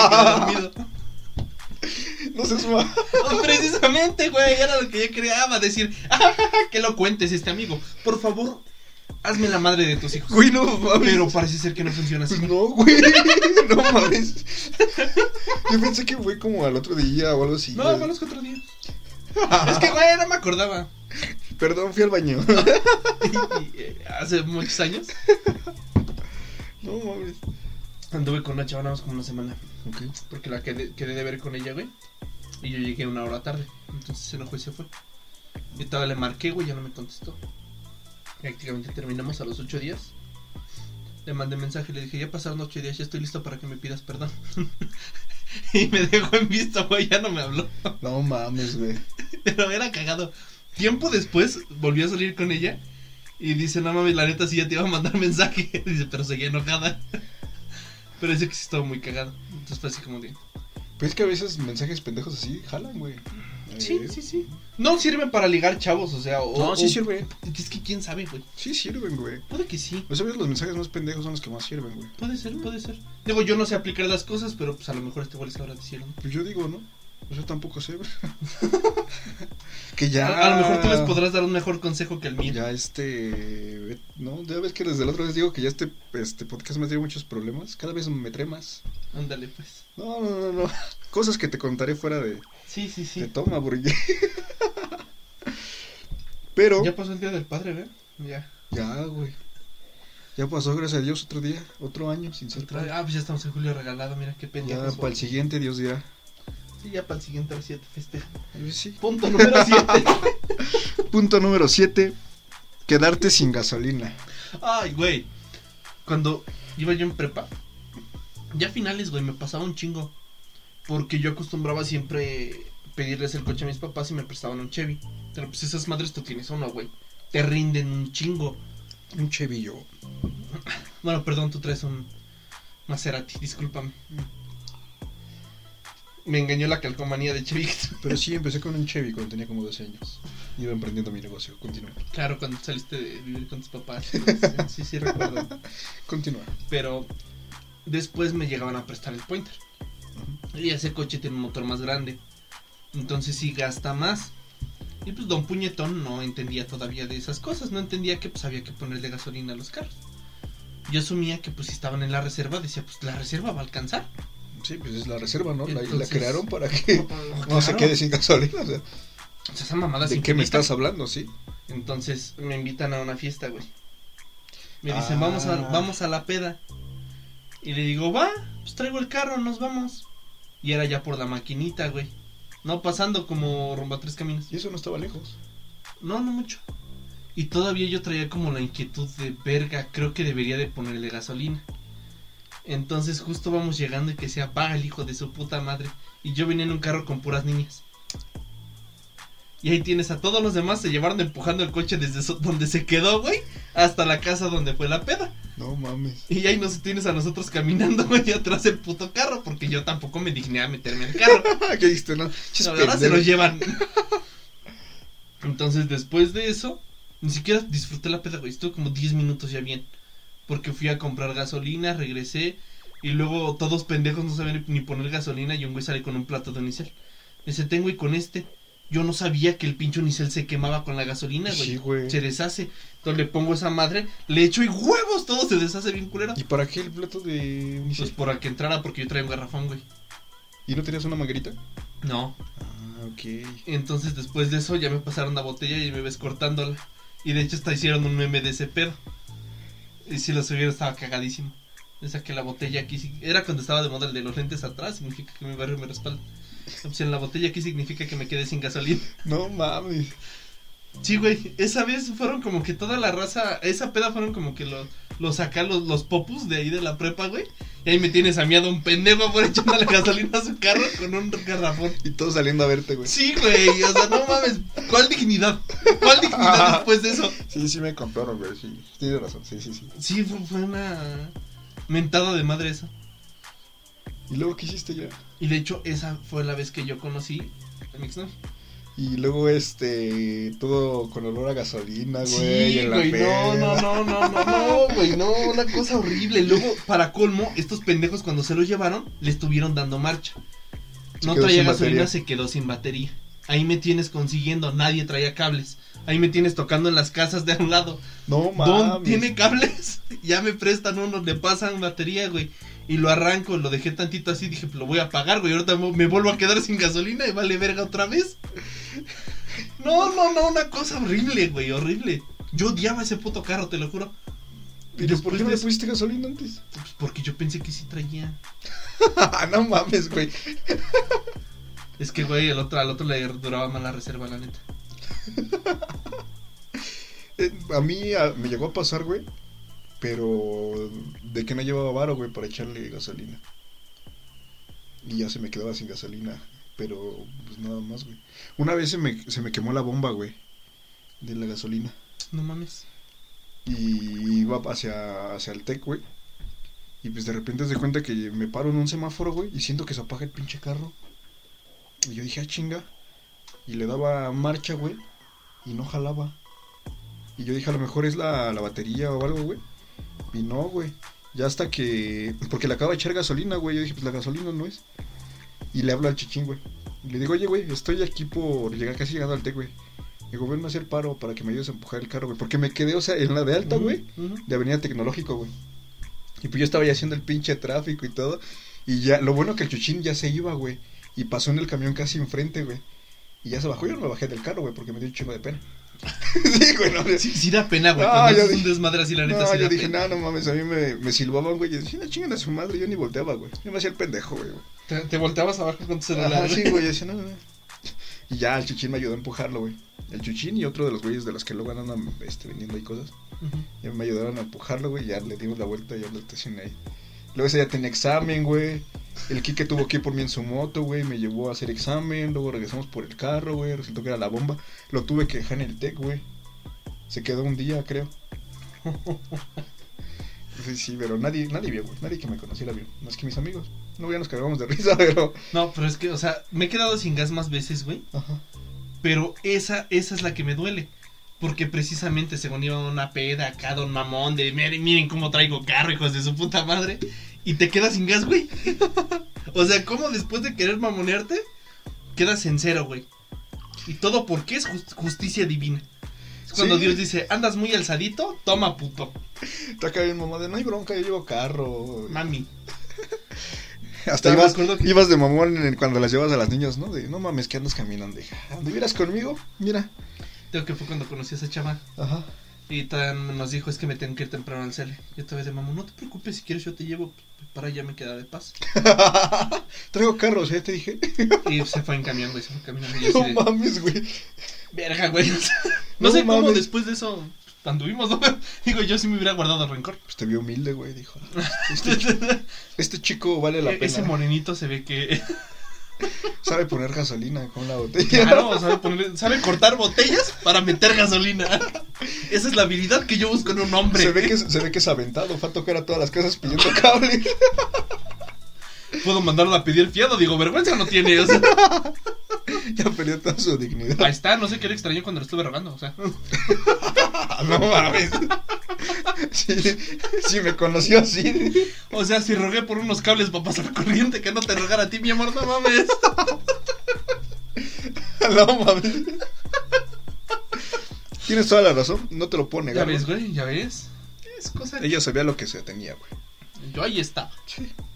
Speaker 1: quedé dormido.
Speaker 2: No seas mal.
Speaker 1: Ah, Precisamente, güey, era lo que yo creaba, decir, "Ah, ja, ja, que lo cuentes este amigo. Por favor, hazme la madre de tus hijos.
Speaker 2: Güey, no mames.
Speaker 1: Pero parece ser que no funciona así.
Speaker 2: Pues no, güey. No mames. Yo pensé que fue como al otro día o algo así.
Speaker 1: No,
Speaker 2: ya.
Speaker 1: fue a los cuatro días. Es que, güey, no me acordaba.
Speaker 2: Perdón, fui al baño.
Speaker 1: Y, eh, hace muchos años
Speaker 2: No mames.
Speaker 1: anduve con una chava nada más como una semana.
Speaker 2: Ok.
Speaker 1: Porque la quedé, quedé de ver con ella, güey. Y yo llegué una hora tarde. Entonces se enojó y se fue. Y todavía le marqué, güey, ya no me contestó. Prácticamente terminamos a los ocho días. Le mandé mensaje y le dije, ya pasaron ocho días, ya estoy listo para que me pidas perdón. y me dejó en visto, güey, ya no me habló.
Speaker 2: No mames, güey.
Speaker 1: Pero era cagado. Tiempo después volví a salir con ella y dice, no mames, la neta sí ya te iba a mandar mensaje. dice, pero seguía enojada. pero dice que sí estaba muy cagado. Entonces fue así como de...
Speaker 2: Pero es que a veces mensajes pendejos así jalan, güey.
Speaker 1: Sí,
Speaker 2: Eh,
Speaker 1: sí, sí. No sirven para ligar chavos, o sea, o,
Speaker 2: No, sí
Speaker 1: o-
Speaker 2: sirve.
Speaker 1: Es que quién sabe, güey.
Speaker 2: Sí sirven, güey.
Speaker 1: Puede que sí.
Speaker 2: Pues a veces los mensajes más pendejos son los que más sirven, güey.
Speaker 1: Puede ser, puede ser. Digo, yo no sé aplicar las cosas, pero pues a lo mejor este güey les habrá decirlo.
Speaker 2: Pues yo digo, ¿no? Pues yo tampoco sé, güey. que ya.
Speaker 1: A, a lo mejor tú les podrás dar un mejor consejo que el mío.
Speaker 2: Ah. Ya este. No, ya ves que desde la otra vez digo que ya este, este podcast me trae muchos problemas. Cada vez me trae más.
Speaker 1: Ándale, pues.
Speaker 2: No, no, no, no. Cosas que te contaré fuera de,
Speaker 1: Sí, sí,
Speaker 2: de
Speaker 1: sí.
Speaker 2: toma, porque. Pero.
Speaker 1: Ya pasó el día del padre, ¿ve? Ya.
Speaker 2: Ya, güey. Ya pasó, gracias a Dios, otro día, otro año sin ser
Speaker 1: Otra-
Speaker 2: padre. Ah,
Speaker 1: Ah, pues ya estamos en julio regalado, mira qué
Speaker 2: Ya,
Speaker 1: pendejos.
Speaker 2: para el siguiente, Dios dirá.
Speaker 1: Sí, ya para el siguiente a ver si ya te festeja.
Speaker 2: Yo sí.
Speaker 1: Punto número 7.
Speaker 2: Punto número 7. Quedarte sin gasolina.
Speaker 1: Ay, güey. Cuando iba yo en prepa, ya a finales, güey, me pasaba un chingo. Porque yo acostumbraba siempre pedirles el coche a mis papás y me prestaban un Chevy. Pero pues esas madres tú tienes uno, güey. Te rinden un chingo.
Speaker 2: Un chevillo.
Speaker 1: Bueno, perdón, tú traes un Maserati, discúlpame. Me engañó la calcomanía de Chevy.
Speaker 2: Pero sí, empecé con un Chevy cuando tenía como 12 años. Iba emprendiendo mi negocio. Continúa.
Speaker 1: claro, cuando saliste de vivir con tus papás. entonces, sí, sí, recuerdo.
Speaker 2: Continúa.
Speaker 1: pero después me llegaban a prestar el pointer. Y ese coche tiene un motor más grande. Entonces sí gasta más. Y pues Don Puñetón no entendía todavía de esas cosas. No entendía que pues había que ponerle gasolina a los carros. Yo asumía que pues si estaban en la reserva, decía pues la reserva va a alcanzar.
Speaker 2: Sí, pues es la reserva, ¿no? La, la
Speaker 1: Entonces-
Speaker 2: crearon para que no
Speaker 1: Claro.
Speaker 2: se quede sin gasolina. O sea,
Speaker 1: O sea, esa mamada
Speaker 2: ¿de
Speaker 1: sin
Speaker 2: qué me estás hablando, sí?
Speaker 1: Entonces me invitan a una fiesta, güey. Me
Speaker 2: Ah.
Speaker 1: dicen, vamos, a, vamos a la peda. Y le digo, va, pues traigo el carro, nos vamos. Y era ya por la maquinita, güey. No pasando como rumba tres caminos.
Speaker 2: Y eso no estaba lejos.
Speaker 1: No, no mucho. Y todavía yo traía como la inquietud de verga, creo que debería de ponerle gasolina. Entonces justo vamos llegando y que se apaga el hijo de su puta madre. Y yo venía en un carro con puras niñas. Y ahí tienes a todos los demás, se llevaron empujando el coche desde so- donde se quedó, güey, hasta la casa donde fue la peda.
Speaker 2: No mames.
Speaker 1: Y ahí nos tienes a nosotros caminando, güey, atrás del puto carro, porque yo tampoco me digné a meterme al carro.
Speaker 2: Ah, ¿Qué dijiste, no? Chis,
Speaker 1: No, ahora se
Speaker 2: pendejo.
Speaker 1: lo llevan. Entonces, después de eso, ni siquiera disfruté la peda, güey. Estuve como 10 minutos ya bien. Porque fui a comprar gasolina, regresé. Y luego todos pendejos no saben ni poner gasolina. Y un güey sale con un plato de unicel. Me dice, tengo y con este. Yo no sabía que el pinche unicel se quemaba con la gasolina, güey.
Speaker 2: Sí, güey.
Speaker 1: Se deshace. Entonces le pongo esa madre, le echo y huevos, todo se deshace bien culero.
Speaker 2: ¿Y para qué el plato de unicel?
Speaker 1: Pues para que entrara, porque yo traía un garrafón, güey.
Speaker 2: ¿Y no tenías una manguerita?
Speaker 1: No,
Speaker 2: Ah, ok.
Speaker 1: Entonces después de eso ya me pasaron la botella y me ves cortándola. Y de hecho hasta hicieron un meme de ese pedo. Y si lo subieron estaba cagadísimo. O sea que la botella aquí sí- era cuando estaba de moda el de los lentes atrás, significa que mi barrio me respalda. Opción, la botella aquí significa que me quedé sin gasolina.
Speaker 2: No mames.
Speaker 1: Sí, güey, esa vez fueron como que toda la raza, esa peda fueron como que los, los acá, los, los popus de ahí de la prepa, güey. Y ahí me tienes a mí a un pendejo por echándole gasolina a su carro con un garrafón.
Speaker 2: Y todos saliendo a verte, güey.
Speaker 1: Sí, güey, o sea, no mames, ¿cuál dignidad? ¿Cuál dignidad después de eso?
Speaker 2: Sí, sí, me compraron, güey. Sí, tienes razón, sí, sí, sí.
Speaker 1: Sí, fue, fue una mentada de madre esa.
Speaker 2: ¿Y luego qué hiciste ya?
Speaker 1: Y de hecho, esa fue la vez que yo conocí a mi exnovia.
Speaker 2: Y luego, este, todo con olor a gasolina, Ah, güey.
Speaker 1: Sí,
Speaker 2: en la
Speaker 1: güey, no,
Speaker 2: peda.
Speaker 1: no, no, no, no, no, güey, no, una cosa horrible. Luego, para colmo, estos pendejos cuando se los llevaron, le estuvieron dando marcha.
Speaker 2: Se
Speaker 1: No
Speaker 2: quedó
Speaker 1: traía
Speaker 2: sin
Speaker 1: gasolina,
Speaker 2: batería.
Speaker 1: se quedó sin batería. Ahí me tienes consiguiendo, nadie traía cables. Ahí me tienes tocando en las casas de a un lado.
Speaker 2: No
Speaker 1: Don
Speaker 2: mames.
Speaker 1: tiene cables, ya me prestan uno, le pasan batería, güey. Y lo arranco, lo dejé tantito así, dije, lo voy a pagar, güey. Ahorita mo- me vuelvo a quedar sin gasolina y vale verga otra vez. No, no, no, una cosa horrible, güey, horrible. Yo odiaba ese puto carro, te lo juro.
Speaker 2: ¿Y yo, por qué no le
Speaker 1: Después de-
Speaker 2: pusiste gasolina antes?
Speaker 1: Pues porque yo pensé que sí traía.
Speaker 2: no mames, güey.
Speaker 1: Es que, güey, el otro, al otro le duraba más la reserva, la neta.
Speaker 2: Eh, A mí a- me llegó a pasar, güey. Pero de que no llevaba varo, güey, para echarle gasolina. Y ya se me quedaba sin gasolina. Pero pues nada más, güey. Una vez se me, se me quemó la bomba, güey. De la gasolina.
Speaker 1: No mames.
Speaker 2: Y iba hacia, hacia el TEC, güey. Y pues de repente se cuenta que me paro en un semáforo, güey. Y siento que se apaga el pinche carro. Y yo dije, ah, chinga. Y le daba marcha, güey. Y no jalaba. Y yo dije, a lo mejor es la, la batería o algo, güey. Y no, güey. Ya hasta que... Porque le acaba de echar gasolina, güey. Yo dije, pues la gasolina no es. Y le hablo al chichín, güey. Y le digo, oye, güey, estoy aquí por llegar casi llegando al TEC, güey. Digo, venme a hacer paro para que me ayudes a empujar el carro, güey. Porque me quedé, o sea, en la de alta, güey
Speaker 1: Ujú.
Speaker 2: de Avenida Tecnológico, güey. Y pues yo estaba ya haciendo el pinche tráfico y todo. Y ya, lo bueno que el chuchín ya se iba, güey. Y pasó en el camión casi enfrente, güey. Y ya se bajó. Yo no me bajé del carro, güey, porque me dio un chingo de pena. sí, güey, no.
Speaker 1: Sí, sí da pena, güey.
Speaker 2: No,
Speaker 1: cuando
Speaker 2: yo
Speaker 1: haces un
Speaker 2: Ah, dije-
Speaker 1: desmadre así, la neta,
Speaker 2: no,
Speaker 1: sí
Speaker 2: yo
Speaker 1: da
Speaker 2: dije,
Speaker 1: pena.
Speaker 2: no, no mames, a mí me, me silbaban, güey. Y decía, no chingan a su madre, yo ni volteaba, güey. Yo me hacía el pendejo, güey.
Speaker 1: Te, te volteabas abajo con tu celular.
Speaker 2: Ajá,
Speaker 1: güey.
Speaker 2: sí, güey, yo decía, no, no, no. Y ya, el chuchín me ayudó a empujarlo, güey. El chuchín y otro de los güeyes de los que luego andan este, vendiendo ahí cosas.
Speaker 1: Ujú.
Speaker 2: Ya me ayudaron a empujarlo, güey. Ya le dimos la vuelta y ya lo estacioné ahí. Luego ese ya tenía examen, güey. El Kike tuvo que ir por mí en su moto, güey. Me llevó a hacer examen. Luego regresamos por el carro, güey. Resultó que era la bomba. Lo tuve que dejar en el TEC, güey. Se quedó un día, creo. Sí, sí, pero nadie, nadie vio, güey. Nadie que me conociera vio. Más que mis amigos. No, ya nos cargamos de risa, pero...
Speaker 1: No, pero es que, o sea, me he quedado sin gas más veces, güey.
Speaker 2: Ajá.
Speaker 1: Pero esa, esa es la que me duele. Porque precisamente, según iba a una peda acá, don mamón, de miren, miren cómo traigo carro, hijos de su puta madre. Y te quedas sin gas, güey. o sea, ¿cómo después de querer mamonearte, quedas en cero, güey? Y todo porque es jus- justicia divina. Es cuando
Speaker 2: Sí.
Speaker 1: Dios dice, andas muy alzadito, toma puto,
Speaker 2: Está acá bien mamá de, no hay bronca, yo llevo carro.
Speaker 1: mami.
Speaker 2: Hasta
Speaker 1: Me
Speaker 2: ibas,
Speaker 1: acuerdo que-
Speaker 2: ibas de mamón en- cuando las llevas a las niñas, ¿no? De, no mames, que andas caminando, hija. ¿Anduvieras conmigo? Mira.
Speaker 1: Creo que fue cuando conocí a esa chava.
Speaker 2: Ajá.
Speaker 1: Y tan nos dijo, es que me tengo que ir temprano al cele. Yo todavía de mamón, no te preocupes, si quieres yo te llevo. Para ya me queda de paz.
Speaker 2: Traigo carros, ya te dije.
Speaker 1: Y se fue en camión, güey, se fue en camión. Y yo así
Speaker 2: No
Speaker 1: de,
Speaker 2: mames, güey.
Speaker 1: verga, güey. o sea, no,
Speaker 2: No
Speaker 1: sé cómo
Speaker 2: mames.
Speaker 1: después de eso anduvimos, ¿no? Digo, yo sí me hubiera guardado rencor.
Speaker 2: Pues te vio humilde, güey, dijo. Este, este chico vale la
Speaker 1: E- Ese
Speaker 2: pena.
Speaker 1: morenito se ve que.
Speaker 2: Sabe poner gasolina con la botella.
Speaker 1: Claro, sabe, ponerle- sabe cortar botellas para meter gasolina. Esa es la habilidad que yo busco en un hombre.
Speaker 2: Se ve, que, es- se ve que es aventado, fue a tocar a todas las casas pidiendo cable.
Speaker 1: Puedo mandarlo a pedir fiado, digo, vergüenza no tiene. O sea,
Speaker 2: Ya perdió toda su dignidad.
Speaker 1: ahí está, no sé qué le extrañó cuando lo estuve rogando. O sea,
Speaker 2: Ah, No mames. Sí, sí, me conoció así.
Speaker 1: o sea, si rogué por unos cables para pasar corriente, que no te rogara a ti, mi amor, no mames.
Speaker 2: No mames. Tienes toda la razón, no te lo puedo
Speaker 1: Ya
Speaker 2: negar.
Speaker 1: ves,
Speaker 2: güey.
Speaker 1: güey, ya ves. Es cosa de.
Speaker 2: Ella sabía lo que se tenía, güey.
Speaker 1: Yo ahí estaba.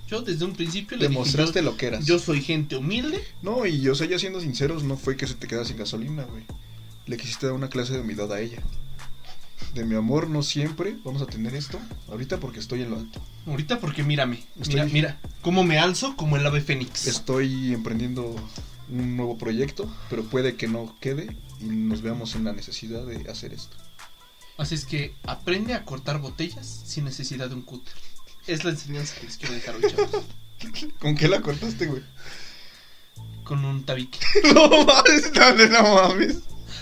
Speaker 1: Yo desde un principio le
Speaker 2: Te
Speaker 1: dije,
Speaker 2: mostraste
Speaker 1: yo-
Speaker 2: lo que eras.
Speaker 1: Yo soy gente humilde.
Speaker 2: No, y o sea, ya siendo sinceros, no fue que se te quedara sin gasolina, güey. Le quisiste dar una clase de humildad a ella. De mi amor, no siempre vamos a tener esto. Ahorita porque estoy en lo alto.
Speaker 1: Ahorita porque mírame.
Speaker 2: Estoy-
Speaker 1: Mira, mira. Cómo me alzo como el ave fénix.
Speaker 2: Estoy emprendiendo un nuevo proyecto, pero puede que no quede y nos veamos en la necesidad de hacer esto.
Speaker 1: Así es que aprende a cortar botellas sin necesidad de un cúter. Es la enseñanza que les quiero dejar hoy, chavos.
Speaker 2: ¿Con qué la cortaste, güey?
Speaker 1: Con un tabique,
Speaker 2: No mames, dale, no mames.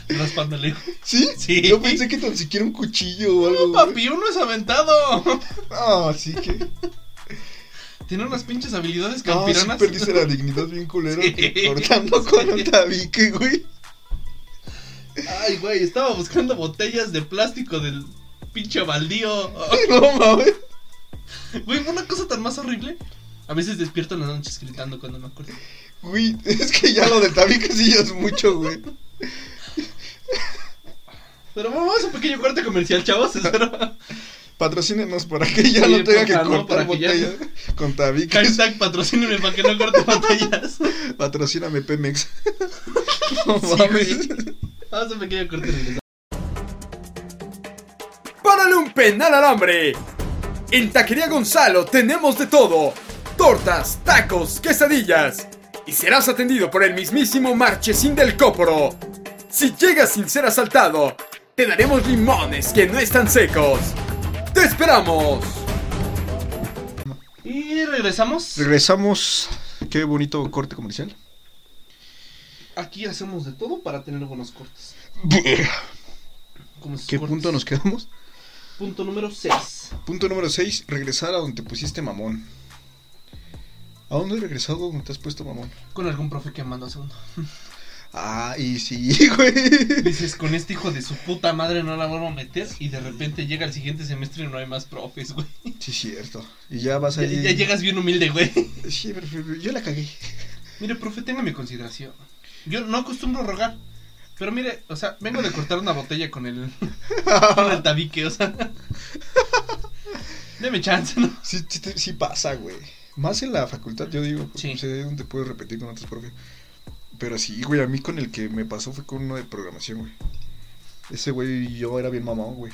Speaker 1: raspándole.
Speaker 2: ¿Sí?
Speaker 1: Sí.
Speaker 2: Yo pensé que tan siquiera un cuchillo o
Speaker 1: No,
Speaker 2: algo. güey.
Speaker 1: papi, uno es aventado.
Speaker 2: Ah, sí que.
Speaker 1: Tiene unas pinches habilidades
Speaker 2: No, sí
Speaker 1: campeonas.
Speaker 2: perdiste la dignidad bien culero
Speaker 1: Sí.
Speaker 2: que cortando con un tabique, güey.
Speaker 1: Ay, güey, estaba buscando botellas de plástico del pinche baldío.
Speaker 2: No mames.
Speaker 1: Güey, fue una cosa tan más horrible. A veces despierto en las noches gritando cuando me acuerdo.
Speaker 2: Güey, es que ya lo del tabique sí ya es mucho, güey.
Speaker 1: Pero bueno, vamos a un pequeño corte comercial, chavos. Espero.
Speaker 2: Patrocínenos para que ya
Speaker 1: Sí,
Speaker 2: no tenga que
Speaker 1: porfa, ¿no? Para
Speaker 2: cortar
Speaker 1: que ya-
Speaker 2: botellas con tabiques.
Speaker 1: Hashtag patrocínenme para que no corte botellas.
Speaker 2: Patrocíname Pemex. No
Speaker 1: Sí,
Speaker 2: mames.
Speaker 1: güey. Vamos a un pequeño corte. y regresamos.
Speaker 3: ¡Párale un penal al hambre! En Taquería Gonzalo tenemos de todo: tortas, tacos, quesadillas. Y serás atendido por el mismísimo Marchesín del Cóporo. Si llegas sin ser asaltado, te daremos limones que no están secos. ¡Te esperamos!
Speaker 1: Y regresamos.
Speaker 2: Regresamos. Qué bonito corte comercial.
Speaker 1: Aquí hacemos de todo para tener buenos cortes. Como esos
Speaker 2: ¿Qué
Speaker 1: cortes.
Speaker 2: punto nos quedamos?
Speaker 1: Punto número 6.
Speaker 2: Punto número 6. Regresar a donde te pusiste mamón. ¿A dónde has regresado donde te has puesto mamón?
Speaker 1: Con algún profe que mandó a segundo.
Speaker 2: Ah, y sí, güey.
Speaker 1: Dices, con este hijo de su puta madre no la vuelvo a meter. Y de repente llega el siguiente semestre y no hay más profes, güey.
Speaker 2: Sí, cierto. Y ya vas
Speaker 1: Ya,
Speaker 2: ahí.
Speaker 1: ya llegas bien humilde, güey.
Speaker 2: Sí, pero- pero yo la cagué.
Speaker 1: Mire, profe, tenga mi consideración. Yo no acostumbro a rogar. Pero mire, o sea, vengo de cortar una botella con el, con el tabique, o sea. Deme chance, ¿no?
Speaker 2: Sí, sí, te- sí pasa, güey. Más en la facultad, yo digo,
Speaker 1: Sí.
Speaker 2: no sé dónde puedo repetir con otros profes. Pero sí, güey, a mí con el que me pasó fue con uno de programación, güey. Ese güey yo era bien mamón, güey.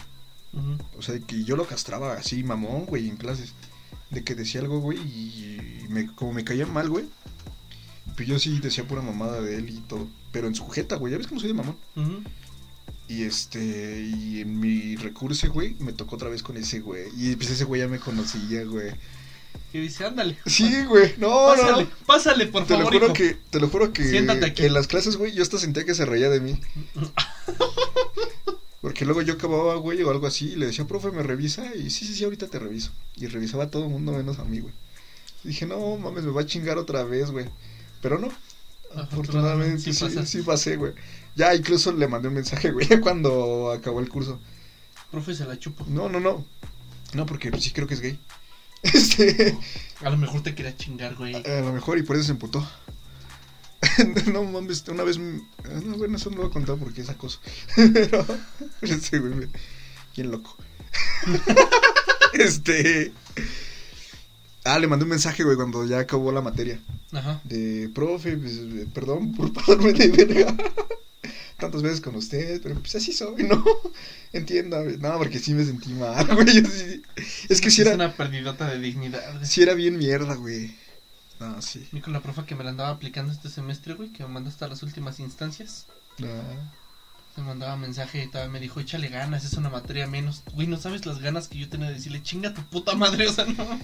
Speaker 2: O sea, que yo lo castraba así, mamón, güey, en clases. De que decía algo, güey, y me, como me caía mal, güey. Pues yo sí decía pura mamada de él y todo. Pero en sujeta, güey, ya ves cómo soy de mamón.
Speaker 1: Ujú.
Speaker 2: Y este, y en mi recurso, güey, me tocó otra vez con ese güey. Y pues ese güey ya me conocía, güey.
Speaker 1: Y dice, ándale.
Speaker 2: Sí, güey, no, no,
Speaker 1: pásale,
Speaker 2: no.
Speaker 1: pásale, por
Speaker 2: Te lo
Speaker 1: favor,
Speaker 2: juro
Speaker 1: hijo.
Speaker 2: que, te lo juro que
Speaker 1: Siéntate aquí.
Speaker 2: en las clases, güey, yo hasta sentía que se reía de mí. Porque luego yo acababa, güey, o algo así, y le decía, profe, me revisa, y sí, sí, sí, ahorita te reviso. Y revisaba a todo el mundo menos a mí, güey. Y dije, no mames, me va a chingar otra vez, güey. Pero no, afortunadamente sí,
Speaker 1: sí pasaste.
Speaker 2: sí pasé, güey. Ya incluso le mandé un mensaje, güey, cuando acabó el curso.
Speaker 1: Profe, se la chupo.
Speaker 2: No, no, no. No, porque sí creo que es gay. Este,
Speaker 1: A lo mejor te quería chingar, güey.
Speaker 2: a lo mejor, y por eso se emputó. no mames, una vez. m- ah, No, bueno, eso no lo voy a contar porque es acoso. Pero. Este güey me- Bien loco. este. Ah, le mandé un mensaje, güey, cuando ya acabó la materia.
Speaker 1: Ajá.
Speaker 2: De, profe, pues, eh, perdón por pasarme de verga. Tantas veces con usted, pero pues así soy, ¿no? Entienda, güey. No, porque sí me sentí mal, güey. yo sí- Es que si
Speaker 1: Es
Speaker 2: era,
Speaker 1: una perdidota de dignidad. güey.
Speaker 2: si era bien mierda, güey. No, sí.
Speaker 1: Y con la profa que me la andaba aplicando este semestre, güey, que me mandó hasta las últimas instancias.
Speaker 2: No.
Speaker 1: Me mandaba mensaje y todavía me dijo, échale ganas, es una materia menos. Güey, no sabes las ganas que yo tenía de decirle, chinga tu puta madre, o sea, no.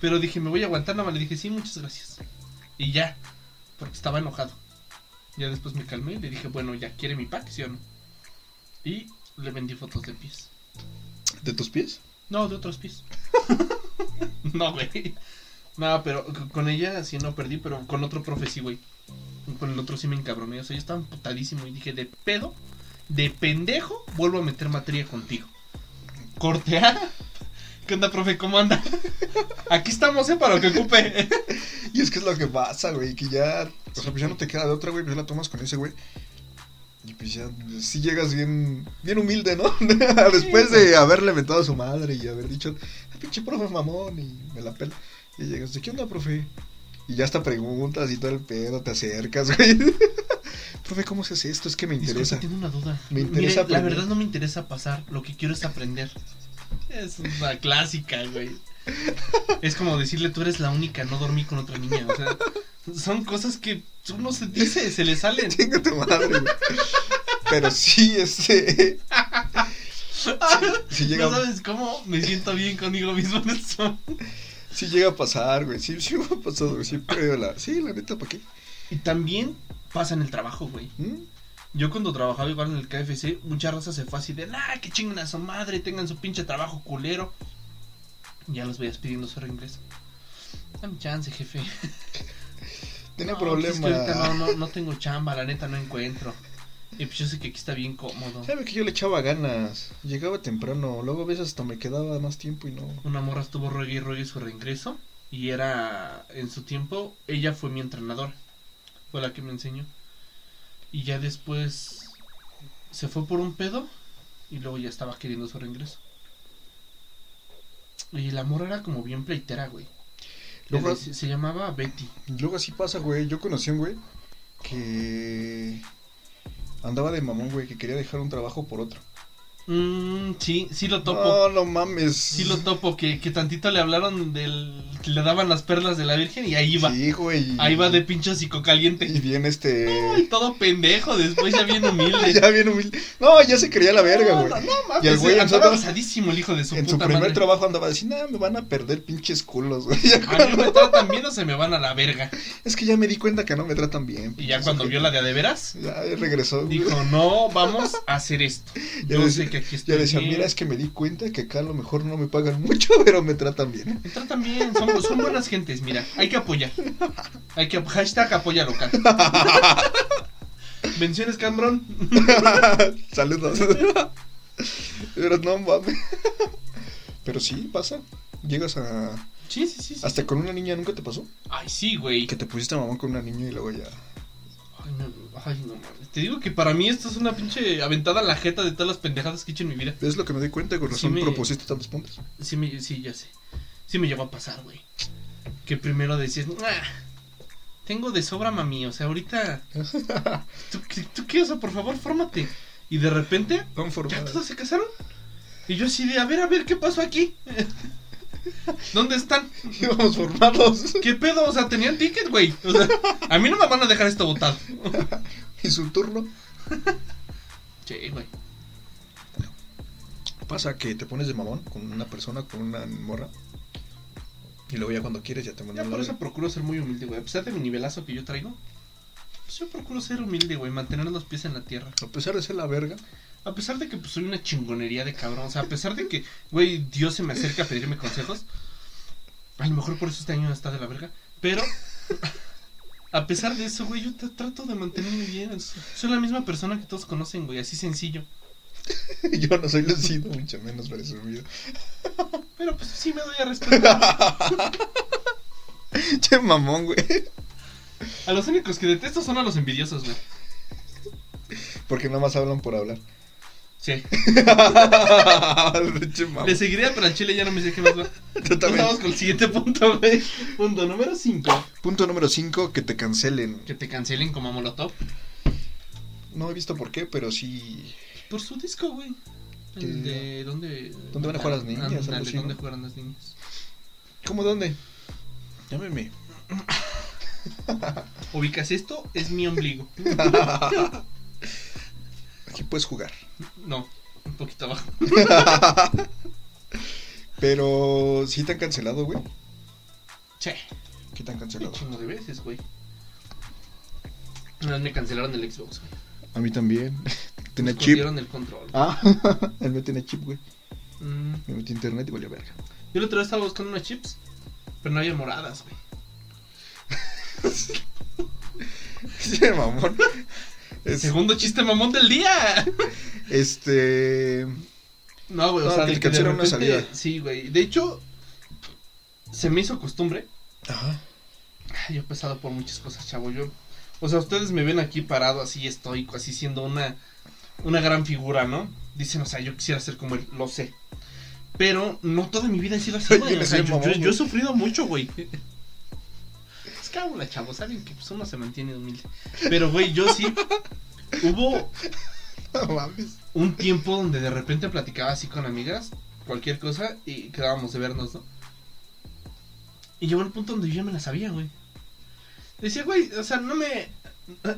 Speaker 1: Pero dije, me voy a aguantar, nada más le dije, sí, muchas gracias. Y ya, porque estaba enojado. Ya después me calmé y le dije, bueno, ya quiere mi pack, ¿sí o no? Y le vendí fotos de pies.
Speaker 2: ¿De tus pies?
Speaker 1: No, de otros pies. no, güey. No, pero c- con ella sí no perdí, pero con otro profe sí, güey. Y Con el otro sí me encabroné. O sea, yo estaba putadísimo y dije, de pedo, de pendejo, vuelvo a meter materia contigo. Cortea. ¿Qué onda, profe? ¿Cómo anda? Aquí estamos, ¿eh? Para lo que ocupe.
Speaker 2: Y es que es lo que pasa, güey, que ya, o sea, pues ya no te queda de otra, güey, pues ya la tomas con ese, güey. Y pues ya, sí llegas bien, bien humilde, ¿no? Después de haberle mentado a su madre y haber dicho, ah, pinche profe mamón, y me la pela. Y llegas, ¿de qué onda, profe? Y ya hasta preguntas y todo el pedo, te acercas, güey. profe, ¿cómo se hace esto? Es que me
Speaker 1: Disculpe,
Speaker 2: interesa.
Speaker 1: tengo una duda.
Speaker 2: Me interesa
Speaker 1: Mire, la
Speaker 2: aprender.
Speaker 1: verdad no me interesa pasar, lo que quiero es aprender. Es una clásica, güey. Es como decirle, tú eres la única, no dormí con otra niña. O sea, Son cosas que uno se dice, se le salen.
Speaker 2: Chinga tu madre, güey. Pero sí, este. sí llega-
Speaker 1: No sabes cómo me siento bien conmigo mismo en eso.
Speaker 2: Sí llega a pasar, güey. Sí, sí me ha pasado, güey. Sí, pero la... sí, la neta, ¿para qué?
Speaker 1: Y también pasa en el trabajo, güey.
Speaker 2: ¿Mm?
Speaker 1: Yo cuando trabajaba igual en el KFC, mucha raza se fue así de, nah, que chinguen a su madre, tengan su pinche trabajo culero. Y Ya los veías pidiendo ser inglés. Dame chance, jefe.
Speaker 2: Tiene
Speaker 1: No, pues
Speaker 2: problemas.
Speaker 1: es que ahorita no, no, no tengo chamba, la neta no encuentro. Y pues yo sé que aquí está bien cómodo.
Speaker 2: Sabe que yo le echaba ganas. Llegaba temprano. Luego a veces hasta me quedaba más tiempo y no.
Speaker 1: Una morra estuvo rogue y rogue su reingreso. Y era, en su tiempo, ella fue mi entrenadora. Fue la que me enseñó. Y ya después se fue por un pedo. Y luego ya estaba queriendo su reingreso. Y la morra era como bien pleitera, güey. Le
Speaker 2: Luego-
Speaker 1: dec- se llamaba Betty.
Speaker 2: Luego así pasa, güey. Yo conocí a un güey que andaba de mamón, güey, que quería dejar un trabajo por otro.
Speaker 1: Mm, sí, sí lo topo.
Speaker 2: No, no mames.
Speaker 1: Sí lo topo, que, que tantito le hablaron del... que le daban las perlas de la Virgen y ahí va.
Speaker 2: Sí, güey.
Speaker 1: Ahí va de pincho psicocaliente.
Speaker 2: Y bien este.
Speaker 1: Ay, todo pendejo, después ya bien humilde.
Speaker 2: ya bien humilde. No, ya se creía la verga,
Speaker 1: No,
Speaker 2: güey.
Speaker 1: no, no mames,
Speaker 2: Y el güey
Speaker 1: andaba
Speaker 2: andaba-
Speaker 1: basadísimo el hijo de su
Speaker 2: en
Speaker 1: puta
Speaker 2: su primer
Speaker 1: madre.
Speaker 2: trabajo andaba a decir, nah, me van a perder pinches culos, güey. Ya
Speaker 1: A mí
Speaker 2: cuando-
Speaker 1: me tratan bien o se me van a la verga.
Speaker 2: Es que ya me di cuenta que no me tratan bien.
Speaker 1: Y ya
Speaker 2: pinches
Speaker 1: cuando vio la de a de veras,
Speaker 2: ojetes. Ya regresó. güey.
Speaker 1: dijo, no, vamos a hacer esto.
Speaker 2: Ya
Speaker 1: Yo
Speaker 2: decía-
Speaker 1: sé que aquí estoy
Speaker 2: Ya decía,
Speaker 1: bien.
Speaker 2: mira, es que me di cuenta que acá a lo mejor no me pagan mucho, pero me tratan bien.
Speaker 1: Me tratan bien, son, son buenas gentes, mira, hay que apoyar. Hay que, hashtag apoya local. Menciones, cambrón.
Speaker 2: Saludos. Pero no mames. Pero sí, pasa. Llegas a.
Speaker 1: Sí, sí, sí. sí.
Speaker 2: Hasta con una niña nunca te pasó.
Speaker 1: Ay, sí, güey.
Speaker 2: Y que te pusiste mamón con una niña y luego ya.
Speaker 1: Ay, no, ay, no mames. Te digo que para mí esto es una pinche aventada en la jeta de todas las pendejadas que he hecho en mi vida.
Speaker 2: Es lo que me doy cuenta, con
Speaker 1: Sí
Speaker 2: razón
Speaker 1: me-
Speaker 2: propusiste tantos puntos.
Speaker 1: Sí, me, sí, ya sé. Sí me llegó a pasar, güey. Que primero decías, "Ah, tengo de sobra, mami. O sea, ahorita. ¿Tú, qué- tú qué? O sea, por favor, fórmate. Y de repente, ¿ya todos se casaron? Y yo así de, a ver, a ver, ¿qué pasó aquí? ¿Dónde están?
Speaker 2: Íbamos formados.
Speaker 1: ¿Qué pedo? O sea, tenían ticket, güey. O sea, a mí no me van a dejar esto botado.
Speaker 2: Y su turno
Speaker 1: Che, güey.
Speaker 2: pasa que te pones de mamón con una persona, con una morra. Y luego ya cuando quieres ya te
Speaker 1: Ya
Speaker 2: mandan
Speaker 1: por
Speaker 2: la
Speaker 1: eso
Speaker 2: verga.
Speaker 1: procuro ser muy humilde, güey. A pesar de mi nivelazo que yo traigo, pues yo procuro ser humilde, güey. Mantener los pies en la tierra.
Speaker 2: A pesar de ser la verga,
Speaker 1: A pesar de que pues, soy una chingonería de cabrón. O sea, a pesar de que, güey, Dios se me acerca a pedirme consejos. A lo mejor por eso este año está de la verga. Pero, a pesar de eso, güey, yo te trato de mantenerme bien. Soy la misma persona que todos conocen, güey. Así sencillo.
Speaker 2: yo no soy lucido, mucho menos presumido.
Speaker 1: Pero pues sí me doy a respetar.
Speaker 2: Che mamón, güey.
Speaker 1: A los únicos que detesto son a los envidiosos, güey.
Speaker 2: Porque nada más hablan por hablar.
Speaker 1: Sí.
Speaker 2: che mamón.
Speaker 1: Le seguiría, pero al chile ya no me sé qué más va.
Speaker 2: Yo también.
Speaker 1: Vamos con el siguiente punto, güey. Punto número 5.
Speaker 2: Punto número 5, que te cancelen.
Speaker 1: Que te cancelen como a Molotov.
Speaker 2: No he visto por qué, pero sí.
Speaker 1: Por su disco, güey. El
Speaker 2: Que-
Speaker 1: de dónde.
Speaker 2: ¿Dónde van a jugar las niñas?
Speaker 1: Ándale,
Speaker 2: Algo así,
Speaker 1: ¿Dónde
Speaker 2: ¿no?
Speaker 1: jugaron las niñas?
Speaker 2: ¿Cómo dónde? Llámeme.
Speaker 1: Ubicas esto, es mi ombligo.
Speaker 2: Aquí puedes jugar.
Speaker 1: No, un poquito abajo.
Speaker 2: Pero sí te han cancelado, güey.
Speaker 1: Che,
Speaker 2: ¿Qué te han
Speaker 1: un
Speaker 2: cancelado?
Speaker 1: chingo de veces, güey. Una vez me cancelaron el Xbox, güey.
Speaker 2: A mí también. Tenía
Speaker 1: Me
Speaker 2: chip.
Speaker 1: escondieron el control.
Speaker 2: Ah, él me tiene chip, güey.
Speaker 1: Mm,
Speaker 2: Me metí a internet y valió verga.
Speaker 1: Yo el otro día estaba buscando unas chips, pero no había moradas, güey.
Speaker 2: Sí, mamón.
Speaker 1: El
Speaker 2: Es-
Speaker 1: Segundo chiste mamón del día.
Speaker 2: este.
Speaker 1: No, güey, o
Speaker 2: No,
Speaker 1: sea,
Speaker 2: que
Speaker 1: de
Speaker 2: te
Speaker 1: que de
Speaker 2: cancelaron una
Speaker 1: repente-
Speaker 2: salida.
Speaker 1: Sí, güey. De hecho, se me hizo costumbre
Speaker 2: Ajá.
Speaker 1: Ay, Yo he pasado por muchas cosas, chavo. Yo, o sea, ustedes me ven aquí parado, así estoico, así siendo una, una gran figura, ¿no? Dicen, o sea, yo quisiera ser como él, lo sé. Pero no toda mi vida he sido así,
Speaker 2: Oye,
Speaker 1: güey. O
Speaker 2: eres
Speaker 1: sea,
Speaker 2: bien
Speaker 1: yo, yo-
Speaker 2: mamón,
Speaker 1: yo he
Speaker 2: güey.
Speaker 1: sufrido mucho, güey. Es que la chavo, saben que pues, uno se mantiene humilde. Pero, güey, yo sí. Hubo
Speaker 2: No mames.
Speaker 1: un tiempo donde de repente platicaba así con amigas, cualquier cosa, y quedábamos de vernos, ¿no? Y llegó el punto donde yo ya me la sabía, güey. Decía, güey, o sea, no me,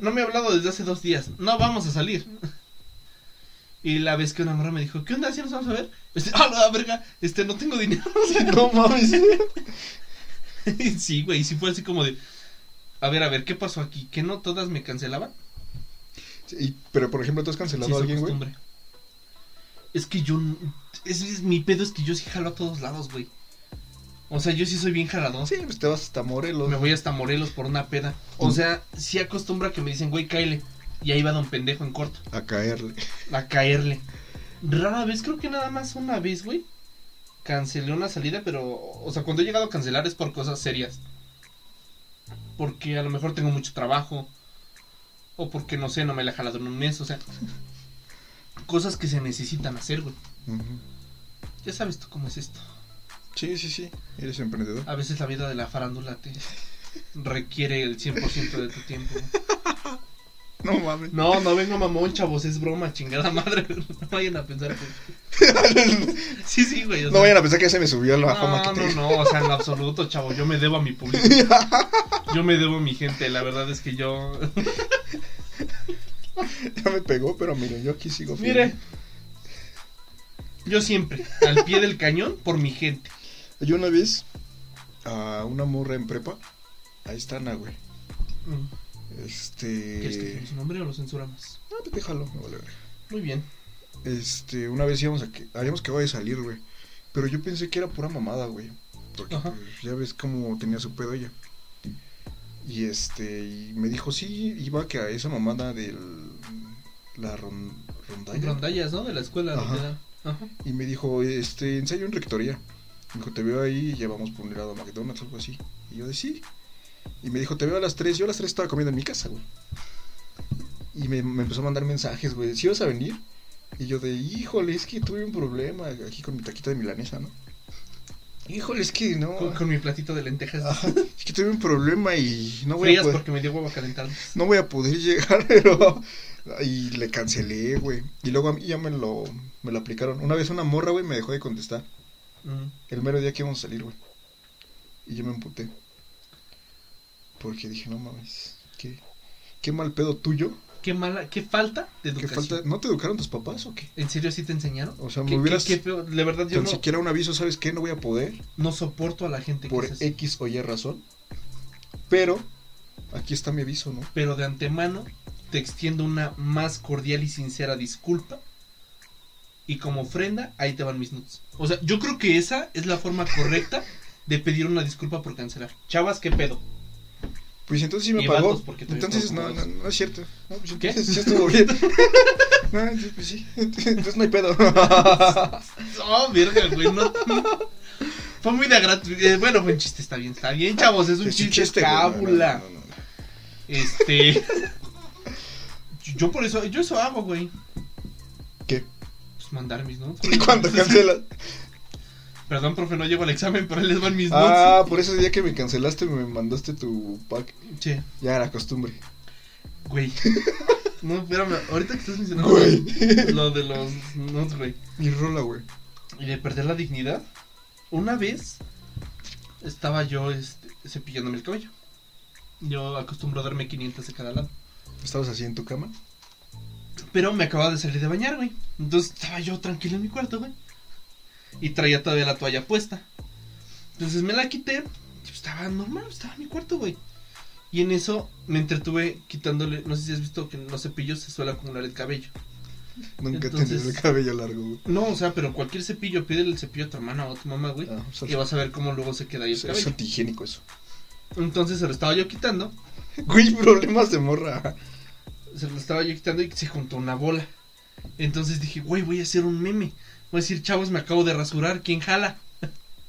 Speaker 1: no me he hablado desde hace dos días. No vamos a salir. Y la vez que una morra me dijo, ¿qué onda? ¿Sí nos vamos a ver? Este, ah, la verga, este, no tengo dinero. O sea,
Speaker 2: No mames.
Speaker 1: sí, güey, sí fue así como de, a ver, a ver, ¿qué pasó aquí? ¿Que no todas me cancelaban?
Speaker 2: Y- pero por ejemplo, ¿tú has cancelado
Speaker 1: Sí,
Speaker 2: a
Speaker 1: es
Speaker 2: alguien, güey?
Speaker 1: costumbre. Es que yo. n- Es, es- mi pedo es que yo sí jalo a todos lados, güey. O sea, yo sí soy bien jaladón.
Speaker 2: Sí, pues te vas hasta Morelos.
Speaker 1: Me voy hasta Morelos por una peda.
Speaker 2: Mm.
Speaker 1: O sea, sí acostumbra que me dicen, güey, cáele. Y ahí va don pendejo en corto.
Speaker 2: A caerle.
Speaker 1: A caerle. Rara vez, creo que nada más una vez, güey. Cancelé una salida, pero. O sea, cuando he llegado a cancelar es por cosas serias. Porque a lo mejor tengo mucho trabajo. O porque no sé, no me la he jalado en un mes. O sea, cosas que se necesitan hacer, güey.
Speaker 2: Ujú.
Speaker 1: Ya sabes tú cómo es esto.
Speaker 2: Sí, sí, sí. Eres emprendedor.
Speaker 1: A veces la vida de la farándula te requiere el 100% de tu tiempo. güey.
Speaker 2: No mames.
Speaker 1: No, no vengo mamón, chavos, es broma, chingada madre. No vayan a pensar que. Sí, sí, güey. o
Speaker 2: No
Speaker 1: sea,
Speaker 2: vayan a pensar que ya se me subió la fama
Speaker 1: No,
Speaker 2: que
Speaker 1: no,
Speaker 2: te
Speaker 1: no, o sea, en lo absoluto, chavo, yo me debo a mi público. Yo me debo a mi gente, la verdad es que yo...
Speaker 2: Ya me pegó, pero mire, yo aquí sigo firme.
Speaker 1: Mire, yo siempre, al pie del cañón, por mi gente.
Speaker 2: Yo una vez a una morra en prepa. Ahí está Ana, güey.
Speaker 1: Mm, ¿Quieres que
Speaker 2: Este.
Speaker 1: diga su nombre o lo censuramos?
Speaker 2: No, pues déjalo, me vale. verga.
Speaker 1: Muy bien.
Speaker 2: Este, una vez íbamos a que. Habíamos acabado de salir, güey. Pero yo pensé que era pura mamada, güey. Porque
Speaker 1: Ajá.
Speaker 2: pues, ya ves cómo tenía su pedo ella. Y este. Y me dijo, sí, iba que a esa mamada del. La ron- rondalla.
Speaker 1: Rondallas, ¿no? De la escuela.
Speaker 2: Ajá.
Speaker 1: donde da- Ajá.
Speaker 2: Y me dijo, este, ensayo en rectoría. Me dijo, te veo ahí y ya vamos por un lado a McDonald's o algo así. Y yo de sí. Y me dijo, te veo a las 3. Yo a las 3 estaba comiendo en mi casa, güey. Y me, me empezó a mandar mensajes, güey. ¿Sí vas a venir? Y yo de, híjole, es que tuve un problema aquí con mi taquita de milanesa, ¿no? Híjole, es que no.
Speaker 1: Con, con mi platito de lentejas.
Speaker 2: Ajá, pues. es que tuve un problema y no voy a
Speaker 1: frías
Speaker 2: poder
Speaker 1: porque me dio huevo a calentarlas.
Speaker 2: no voy a poder llegar, pero... Y le cancelé, güey. Y luego a mí ya me lo, me lo aplicaron. Una vez una morra, güey, me dejó de contestar.
Speaker 1: Mm.
Speaker 2: El mero día que íbamos a salir, güey. Y yo me emputé. Porque dije, no mames, qué, qué mal pedo tuyo.
Speaker 1: Qué mala, qué falta de
Speaker 2: ¿Qué
Speaker 1: educación.
Speaker 2: falta? ¿No te educaron tus papás o qué?
Speaker 1: ¿En serio sí te enseñaron?
Speaker 2: O sea,
Speaker 1: ¿Qué-
Speaker 2: me
Speaker 1: qué-
Speaker 2: hubieras...
Speaker 1: qué feo? De verdad yo
Speaker 2: Tan
Speaker 1: no,
Speaker 2: siquiera un aviso, ¿sabes qué? No voy a poder
Speaker 1: no soporto a la gente que
Speaker 2: por
Speaker 1: es así.
Speaker 2: X o Y razón. Pero aquí está mi aviso, ¿no?
Speaker 1: pero de antemano te extiendo una más cordial y sincera disculpa. Y como ofrenda, ahí te van mis nuts. O sea, yo creo que esa es la forma correcta de pedir una disculpa por cancelar. Chavas, ¿qué pedo?
Speaker 2: Pues entonces sí me
Speaker 1: Y
Speaker 2: pagó.
Speaker 1: vatos, porque todavía
Speaker 2: Entonces no,
Speaker 1: fueron
Speaker 2: no, no es cierto. No, pues
Speaker 1: ¿Qué?
Speaker 2: entonces sí estuvo bien. no, entonces, pues sí. Entonces no hay pedo.
Speaker 1: Oh, verga, güey, no. Fue muy de agrato. eh, Bueno, fue un chiste, está bien, está bien, chavos, es un
Speaker 2: Es
Speaker 1: chiste,
Speaker 2: un chiste, güey. No, no,
Speaker 1: cábula.
Speaker 2: no, no, no.
Speaker 1: Este. yo por eso, yo eso hago, güey.
Speaker 2: ¿Qué?
Speaker 1: Pues mandar mis notes.
Speaker 2: ¿Y cuando cancelas?
Speaker 1: Perdón, profe, no llevo el examen, pero ahí les van mis notes.
Speaker 2: Ah, por ese día que me cancelaste me mandaste tu pack.
Speaker 1: Che,
Speaker 2: Ya era costumbre.
Speaker 1: güey. No, espérame, ahorita que estás mencionando
Speaker 2: Güey.
Speaker 1: lo de los notes, güey.
Speaker 2: Mi rola, güey.
Speaker 1: Y de perder la dignidad. Una vez estaba yo este, cepillándome el cabello. Yo acostumbro a darme 500 de cada lado.
Speaker 2: ¿Estabas así en tu cama?
Speaker 1: Pero me acababa de salir de bañar, güey. Entonces estaba yo tranquilo en mi cuarto, güey. Y traía todavía la toalla puesta. Entonces me la quité. y pues Estaba normal, estaba en mi cuarto, güey. Y en eso me entretuve quitándole. No sé si has visto que en los cepillos se suele acumular el cabello.
Speaker 2: Nunca he
Speaker 1: Entonces-
Speaker 2: tenido el cabello largo, güey.
Speaker 1: No, o sea, pero cualquier cepillo, pídele el cepillo a tu hermana o a tu mamá, güey.
Speaker 2: Ah, o sea,
Speaker 1: Y vas a ver cómo luego se queda ahí el
Speaker 2: es, es
Speaker 1: cabello.
Speaker 2: antihigiénico eso.
Speaker 1: Entonces se lo estaba yo quitando.
Speaker 2: Güey, problemas de morra.
Speaker 1: se lo estaba yo quitando y se juntó una bola. Entonces dije, güey, voy a hacer un meme. Voy a decir, chavos, me acabo de rasurar, ¿quién jala?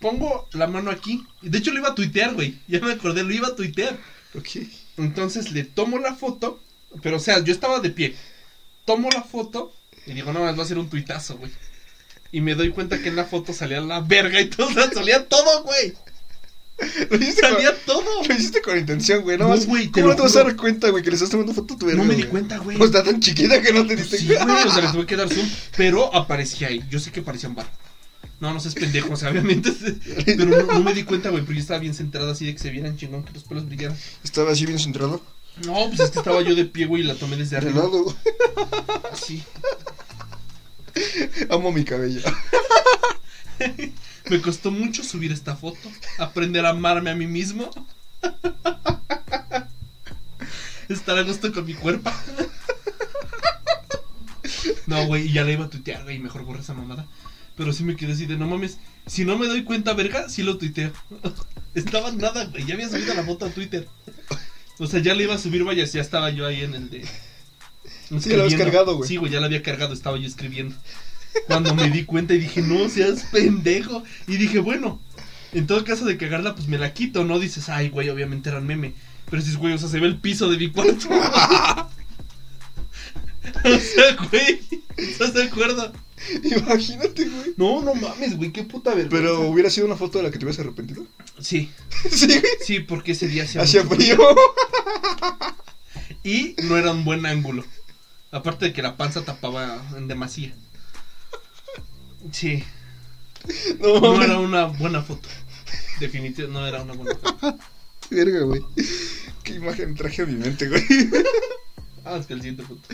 Speaker 1: Pongo la mano aquí. Y De hecho, lo iba a tuitear, güey. Ya me acordé, lo iba a tuitear.
Speaker 2: Ok.
Speaker 1: Entonces le tomo la foto, pero o sea, yo estaba de pie. Tomo la foto y digo, no, más va a ser un tuitazo, güey. Y me doy cuenta que en la foto salía la verga y todo, o sea, salía todo, güey.
Speaker 2: Lo hiciste, con,
Speaker 1: Salía todo.
Speaker 2: lo hiciste con intención, güey. No,
Speaker 1: No,
Speaker 2: más-
Speaker 1: güey, te
Speaker 2: ¿Cómo
Speaker 1: lo
Speaker 2: no te vas a
Speaker 1: juro.
Speaker 2: dar cuenta, güey, que le estás tomando foto a tu verga?
Speaker 1: No me di
Speaker 2: güey?
Speaker 1: cuenta, güey.
Speaker 2: Pues está tan chiquita que no te diste
Speaker 1: Sí,
Speaker 2: cuenta.
Speaker 1: güey, o sea, le tuve que dar zoom, pero aparecía ahí. Yo sé que parecía un bar. No, no seas pendejo, o sea, obviamente. Pero no, no me di cuenta, güey, pero yo estaba bien centrada así de que se vieran chingón, que los pelos brillaran.
Speaker 2: Estaba así bien centrado.
Speaker 1: No, pues es que estaba yo de pie, güey, y la tomé desde
Speaker 2: De
Speaker 1: arriba.
Speaker 2: lado, güey.
Speaker 1: Sí.
Speaker 2: Amo mi cabello.
Speaker 1: Me costó mucho subir esta foto, aprender a amarme a mí mismo. Estar a gusto con mi cuerpo. No, güey, y ya la iba a tuitear, güey, mejor borra esa mamada. Pero sí me quedé así de, no mames, si no me doy cuenta, verga, sí lo tuiteo. Estaba nada, güey, ya había subido la foto a Twitter. O sea, ya le iba a subir, vaya, ya estaba yo ahí en el de...
Speaker 2: Sí, ya la habías
Speaker 1: escribiendo.
Speaker 2: cargado, güey.
Speaker 1: Sí, güey, ya la había cargado, estaba yo escribiendo. Cuando me di cuenta y dije, no seas pendejo. Y dije, bueno, en todo caso de cagarla, pues me la quito, ¿no? Dices, ay, güey, obviamente era un meme. Pero dices, güey, o sea, se ve el piso de mi cuarto. o sea, güey, ¿estás de acuerdo?
Speaker 2: Imagínate, güey.
Speaker 1: No, no mames, güey, qué puta vergüenza.
Speaker 2: Pero hubiera sido una foto de la que te hubieras arrepentido.
Speaker 1: Sí,
Speaker 2: Sí, güey.
Speaker 1: sí, porque ese día hacía
Speaker 2: Hacía
Speaker 1: mucho
Speaker 2: frío.
Speaker 1: Y no era un buen ángulo. Aparte de que la panza tapaba en demasía. Sí,
Speaker 2: No,
Speaker 1: no
Speaker 2: mames.
Speaker 1: era una buena foto. Definitivamente no era una buena foto.
Speaker 2: Verga, güey. Qué imagen traje a mi mente, güey.
Speaker 1: Ah, es que el siguiente punto.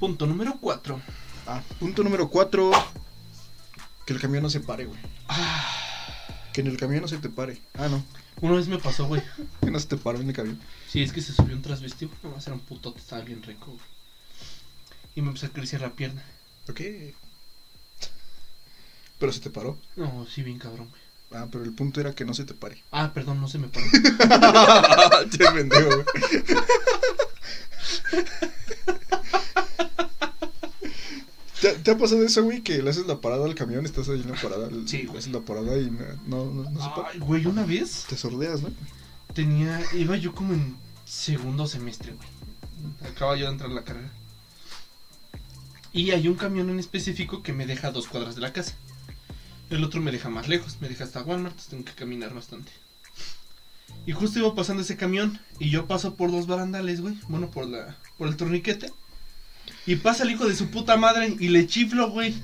Speaker 1: Punto número 4.
Speaker 2: Ah, punto número 4. Que el camión no se pare, güey. Que en el camión no se te pare. Ah, no.
Speaker 1: Una vez me pasó, güey.
Speaker 2: Que no se te pare en el camión.
Speaker 1: Sí, es que se subió un transvestido. No más era un putote, estaba bien rico, güey. Y me empezó a crecer la pierna.
Speaker 2: Ok. Pero se te paró.
Speaker 1: No, sí, bien cabrón, güey.
Speaker 2: Ah, pero el punto era que no se te pare.
Speaker 1: Ah, perdón, no se me paró.
Speaker 2: Te Ah, pendejo, güey. ¿Te, te ha pasado eso, güey? Que le haces la parada al camión, estás ahí en la parada. le-
Speaker 1: Sí,
Speaker 2: Le
Speaker 1: güey. Ah.
Speaker 2: haces la parada y no, no, no, no se para.
Speaker 1: Ay, güey, una vez
Speaker 2: Te sordeas, ¿no?
Speaker 1: tenía. Iba yo como en segundo semestre, güey. Acaba yo de entrar a la carrera. Y hay un camión en específico que me deja a dos cuadras de la casa. El otro me deja más lejos, me deja hasta Walmart, entonces tengo que caminar bastante. Y justo iba pasando ese camión y yo paso por dos barandales, güey. Bueno, por la por el torniquete. Y pasa el hijo de su puta madre y le chiflo, güey.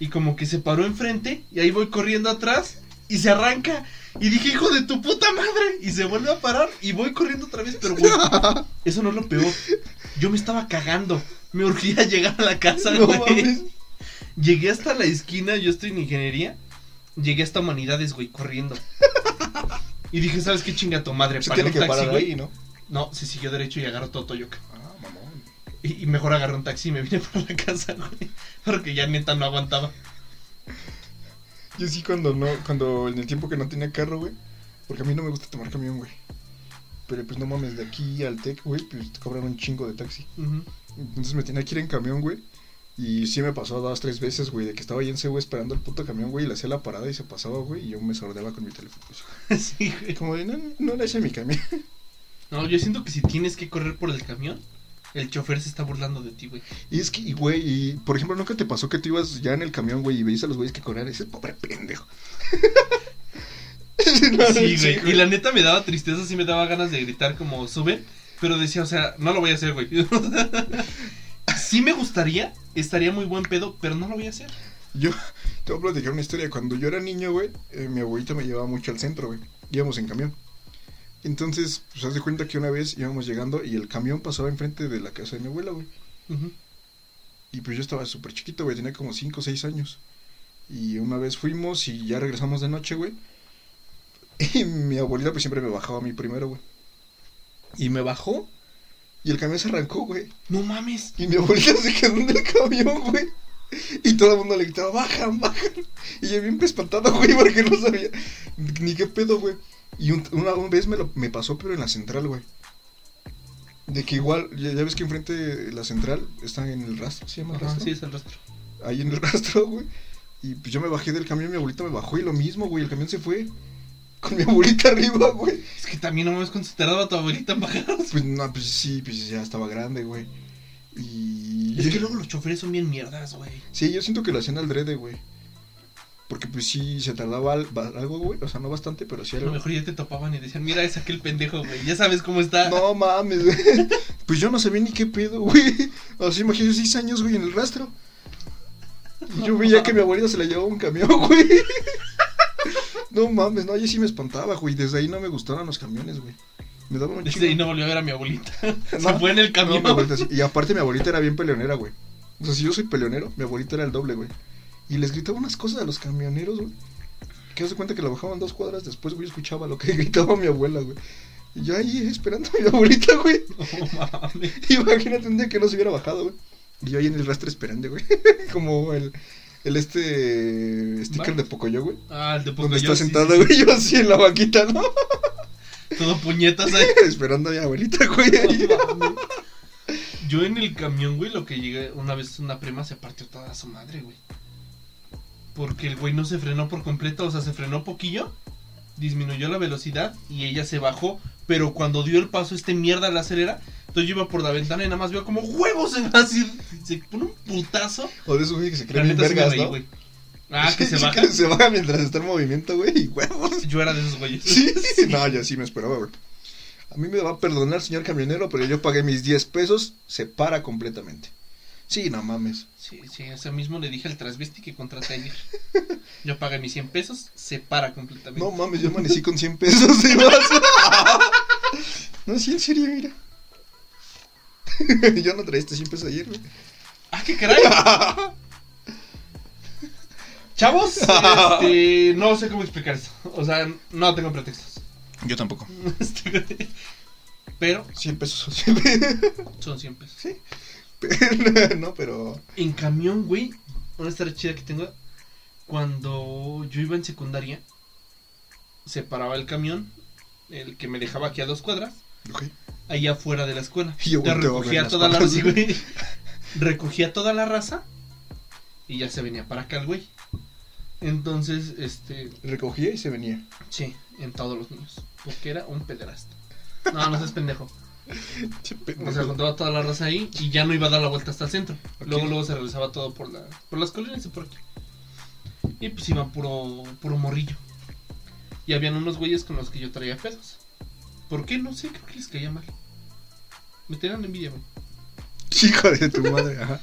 Speaker 1: Y como que se paró enfrente y ahí voy corriendo atrás y se arranca. Y dije, hijo de tu puta madre. Y se vuelve a parar y voy corriendo otra vez, pero güey. Eso no es lo peor. Yo me estaba cagando. Me urgía llegar a la casa,
Speaker 2: No
Speaker 1: güey.
Speaker 2: mames.
Speaker 1: Llegué hasta la esquina, yo estoy en ingeniería. Llegué hasta humanidades, güey, corriendo. Y dije, ¿sabes qué chinga tu madre?
Speaker 2: Se
Speaker 1: Paré un
Speaker 2: tiene que
Speaker 1: taxi,
Speaker 2: parar
Speaker 1: güey.
Speaker 2: ahí, ¿no?
Speaker 1: No, se siguió derecho y agarró todo Toyoca.
Speaker 2: Ah, mamón.
Speaker 1: Y, y mejor agarré un taxi y me vine para la casa, güey. Porque ya neta no aguantaba.
Speaker 2: Yo sí cuando no, cuando en el tiempo que no tenía carro, güey. Porque a mí no me gusta tomar camión, güey. Pero pues no mames, de aquí al tech, güey, pues te cobran un chingo de taxi.
Speaker 1: Ujú.
Speaker 2: Entonces me tenía que ir en camión, güey. Y sí me pasó dos, tres veces, güey, de que estaba ahí en CU esperando el puto camión, güey, y le hacía la parada y se pasaba, güey, y yo me sordeaba con mi teléfono.
Speaker 1: sí,
Speaker 2: Y
Speaker 1: güey.
Speaker 2: como de, no, no, no le hace mi camión.
Speaker 1: No, yo siento que si tienes que correr por el camión, el chofer se está burlando de ti, güey.
Speaker 2: Y es que, y, güey, y por ejemplo, ¿nunca te pasó que tú ibas ya en el camión, güey, y veías a los güeyes que corrían y dices, pobre pendejo? No,
Speaker 1: Sí, güey.
Speaker 2: güey.
Speaker 1: Y la neta me daba tristeza, sí me daba ganas de gritar como sube, pero decía, o sea, no lo voy a hacer, güey. sí me gustaría, estaría muy buen pedo, pero no lo voy a hacer.
Speaker 2: Yo te voy a platicar una historia. Cuando yo era niño, güey, eh, mi abuelita me llevaba mucho al centro, güey. Íbamos en camión. Entonces, pues haz de cuenta que una vez íbamos llegando y el camión pasaba enfrente de la casa de mi abuela, güey.
Speaker 1: Ujú.
Speaker 2: Y pues yo estaba súper chiquito, güey, tenía como 5 o 6 años. Y una vez fuimos y ya regresamos de noche, güey. Y mi abuelita pues siempre me bajaba a mí primero, güey. Y me bajó y el camión se arrancó, güey.
Speaker 1: No mames.
Speaker 2: Y mi abuelita se quedó en el camión, güey. Y todo el mundo le gritaba, bajan, bajan. Y yo bien espantado, güey, porque no sabía ni qué pedo, güey. Y un- una, una vez me, lo, me pasó, pero en la central, güey. De que igual, ya, ya ves que enfrente de la central está en el rastro, ¿se llama el
Speaker 1: Ajá,
Speaker 2: rastro?
Speaker 1: sí, es el rastro.
Speaker 2: ahí en el rastro, güey. Y pues yo me bajé del camión, mi abuelita me bajó y lo mismo, güey. El camión se fue con mi abuelita arriba, güey.
Speaker 1: Es que también no mames consideraba a tu abuelita en bajar.
Speaker 2: Pues no, pues sí, pues ya estaba grande, güey. Y.
Speaker 1: Es que luego los choferes son bien mierdas, güey.
Speaker 2: Sí, yo siento que lo hacían al drede, güey. Porque pues sí, se tardaba al- ba- algo, güey. O sea, no bastante, pero sí
Speaker 1: A
Speaker 2: algo.
Speaker 1: lo mejor ya te topaban y decían, mira, es aquel pendejo, güey. Ya sabes cómo está.
Speaker 2: No mames, güey. Pues yo no sabía ni qué pedo, güey. O sea, imagínate 6 años, güey, en el rastro. Y yo veía que mi abuelita se la llevaba un camión, güey. No mames, no, yo sí me espantaba, güey. Desde ahí no me gustaron los camiones, güey. Me daban un
Speaker 1: Desde ahí
Speaker 2: chingo-
Speaker 1: Este, no volvió a ver a mi abuelita. Se
Speaker 2: No,
Speaker 1: fue en el
Speaker 2: no,
Speaker 1: camión.
Speaker 2: mi abuelita sí. Y aparte mi abuelita era bien peleonera, güey. O sea, si yo soy peleonero, mi abuelita era el doble, güey. Y les gritaba unas cosas a los camioneros, güey. Que se cuenta que la bajaban dos cuadras después, güey, escuchaba lo que gritaba mi abuela, güey. Y yo ahí esperando a mi abuelita, güey.
Speaker 1: No mames.
Speaker 2: Imagínate un día que no se hubiera bajado, güey. Y yo ahí en el rastre esperando, güey. Como el, el este sticker
Speaker 1: Vale.
Speaker 2: de Pocoyo, güey.
Speaker 1: Ah, el de poco
Speaker 2: Donde
Speaker 1: yo,
Speaker 2: está
Speaker 1: sí,
Speaker 2: sentado,
Speaker 1: sí,
Speaker 2: güey, yo así en la banquita, ¿no?
Speaker 1: sí. Todo puñetas ahí.
Speaker 2: Esperando a mi abuelita, güey. ahí.
Speaker 1: No mames. Yo en el camión, güey, lo que llegué, una vez una prima se partió toda su madre, güey. Porque el güey no se frenó por completo, o sea, se frenó poquillo, disminuyó la velocidad y ella se bajó, pero cuando dio el paso este mierda la acelera, entonces yo iba por la ventana y nada más veo como huevos en así, se pone un putazo.
Speaker 2: O de esos güeyes que se
Speaker 1: La
Speaker 2: creen bien
Speaker 1: neta sí me
Speaker 2: vergas,
Speaker 1: reí,
Speaker 2: ¿no?
Speaker 1: güey. Ah, que
Speaker 2: Sí,
Speaker 1: se
Speaker 2: sí,
Speaker 1: baja.
Speaker 2: que se baja mientras está en movimiento, güey, y huevos.
Speaker 1: Yo era de esos güeyes.
Speaker 2: Sí, sí, no, yo sí me esperaba, güey. A mí me va a perdonar, señor camionero, pero yo pagué mis 10 pesos, se para completamente. Sí, no mames.
Speaker 1: Sí, sí, ese mismo le dije al transvesti que contraté ayer. Yo pagué mis 100 pesos, se para completamente.
Speaker 2: No mames, yo amanecí con 100 pesos de más. No, sí, en serio, mira. Yo no traía este 100 pesos ayer, güey.
Speaker 1: ¡Ah, qué caray! Chavos, este, no sé cómo explicar esto. O sea, no tengo pretextos.
Speaker 2: Yo tampoco.
Speaker 1: Este, Pero
Speaker 2: 100 pesos. 100 pesos.
Speaker 1: son 100 pesos.
Speaker 2: No, pero.
Speaker 1: En camión, güey, una historia chida que tengo. Cuando yo iba en secundaria, se paraba el camión, el que me dejaba aquí a dos cuadras,
Speaker 2: Ok.
Speaker 1: ahí afuera de la escuela.
Speaker 2: Y yo
Speaker 1: Te
Speaker 2: volteo a ver
Speaker 1: recogía
Speaker 2: las
Speaker 1: toda la
Speaker 2: patas.
Speaker 1: raza, güey. Recogía toda la raza y ya se venía para acá el güey. Entonces, este,
Speaker 2: Recogía y se venía.
Speaker 1: Sí, en todos los niños. Porque era un pederasta. No, no seas pendejo.
Speaker 2: Che,
Speaker 1: O sea,
Speaker 2: pendejo.
Speaker 1: juntaba toda la raza ahí y ya no iba a dar la vuelta hasta el centro.
Speaker 2: Ok.
Speaker 1: Luego, luego se regresaba todo por, la, por las colinas y por aquí. Y pues iba puro, puro morrillo. Y habían unos güeyes con los que yo traía pedos. ¿Por qué? No sé, creo que les caía mal. Me tenían envidia, güey.
Speaker 2: Hijo de tu madre, ajá.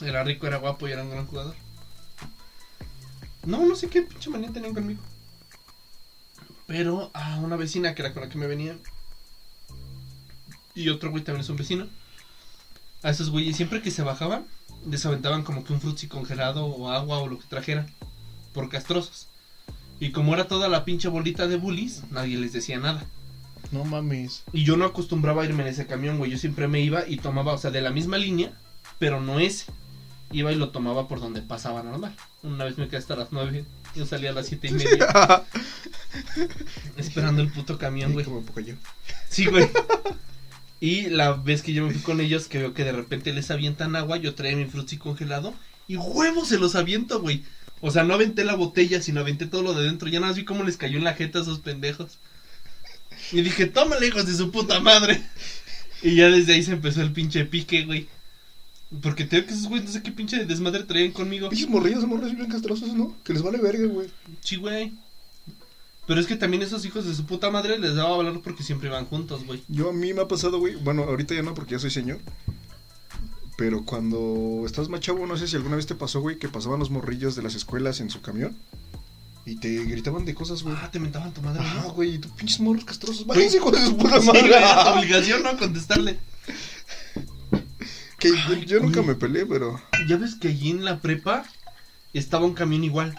Speaker 1: Era rico, era guapo y era un gran jugador. No, no sé qué pinche manía tenían conmigo. Pero a una vecina que era con la que me venía. Y otro güey también es un vecino. A esos güeyes siempre que se bajaban, les aventaban como que un frutzi congelado o agua o lo que trajeran. Por castrosos. Y como era toda la pinche bolita de bullies, nadie les decía nada.
Speaker 2: No mames.
Speaker 1: Y yo no acostumbraba a irme en ese camión, güey. Yo siempre me iba y tomaba, o sea, de la misma línea, pero no ese. Iba y lo tomaba por donde pasaba normal. Una vez me quedé hasta las 9, yo salía a las siete y media esperando el puto camión, güey.
Speaker 2: Como un poco yo.
Speaker 1: Sí, güey. Y la vez que yo me fui con ellos, que veo que de repente les avientan agua, yo traía mi frutzi congelado y huevos se los aviento, güey. O sea, no aventé la botella, sino aventé todo lo de dentro. Ya nada más vi cómo les cayó en la jeta a esos pendejos. Y dije, tómale, hijos de su puta madre. Y ya desde ahí se empezó el pinche pique, güey. Porque te digo que esos güeyes no sé qué pinche desmadre traían conmigo.
Speaker 2: Pinches morrillos, morrillos bien castrosos, ¿no? Que les vale verga, güey.
Speaker 1: Sí, güey. Pero es que también esos hijos de su puta madre les daba valor porque siempre iban juntos, güey.
Speaker 2: Yo a mí me ha pasado, güey. Bueno, ahorita ya no porque ya soy señor. Pero cuando estás más chavo, no sé si alguna vez te pasó, güey, que pasaban los morrillos de las escuelas en su camión y te gritaban de cosas, güey.
Speaker 1: Ah, te mentaban tu madre,
Speaker 2: Ah,
Speaker 1: ¿no?
Speaker 2: güey, y tú pinches morros castrosos. Bájense, hijo de su puta
Speaker 1: Sí, güey, era tu
Speaker 2: madre.
Speaker 1: obligación, ¿no? Contestarle.
Speaker 2: Que yo-
Speaker 1: Ay,
Speaker 2: yo nunca
Speaker 1: güey.
Speaker 2: me peleé, pero.
Speaker 1: Ya ves que allí en la prepa estaba un camión igual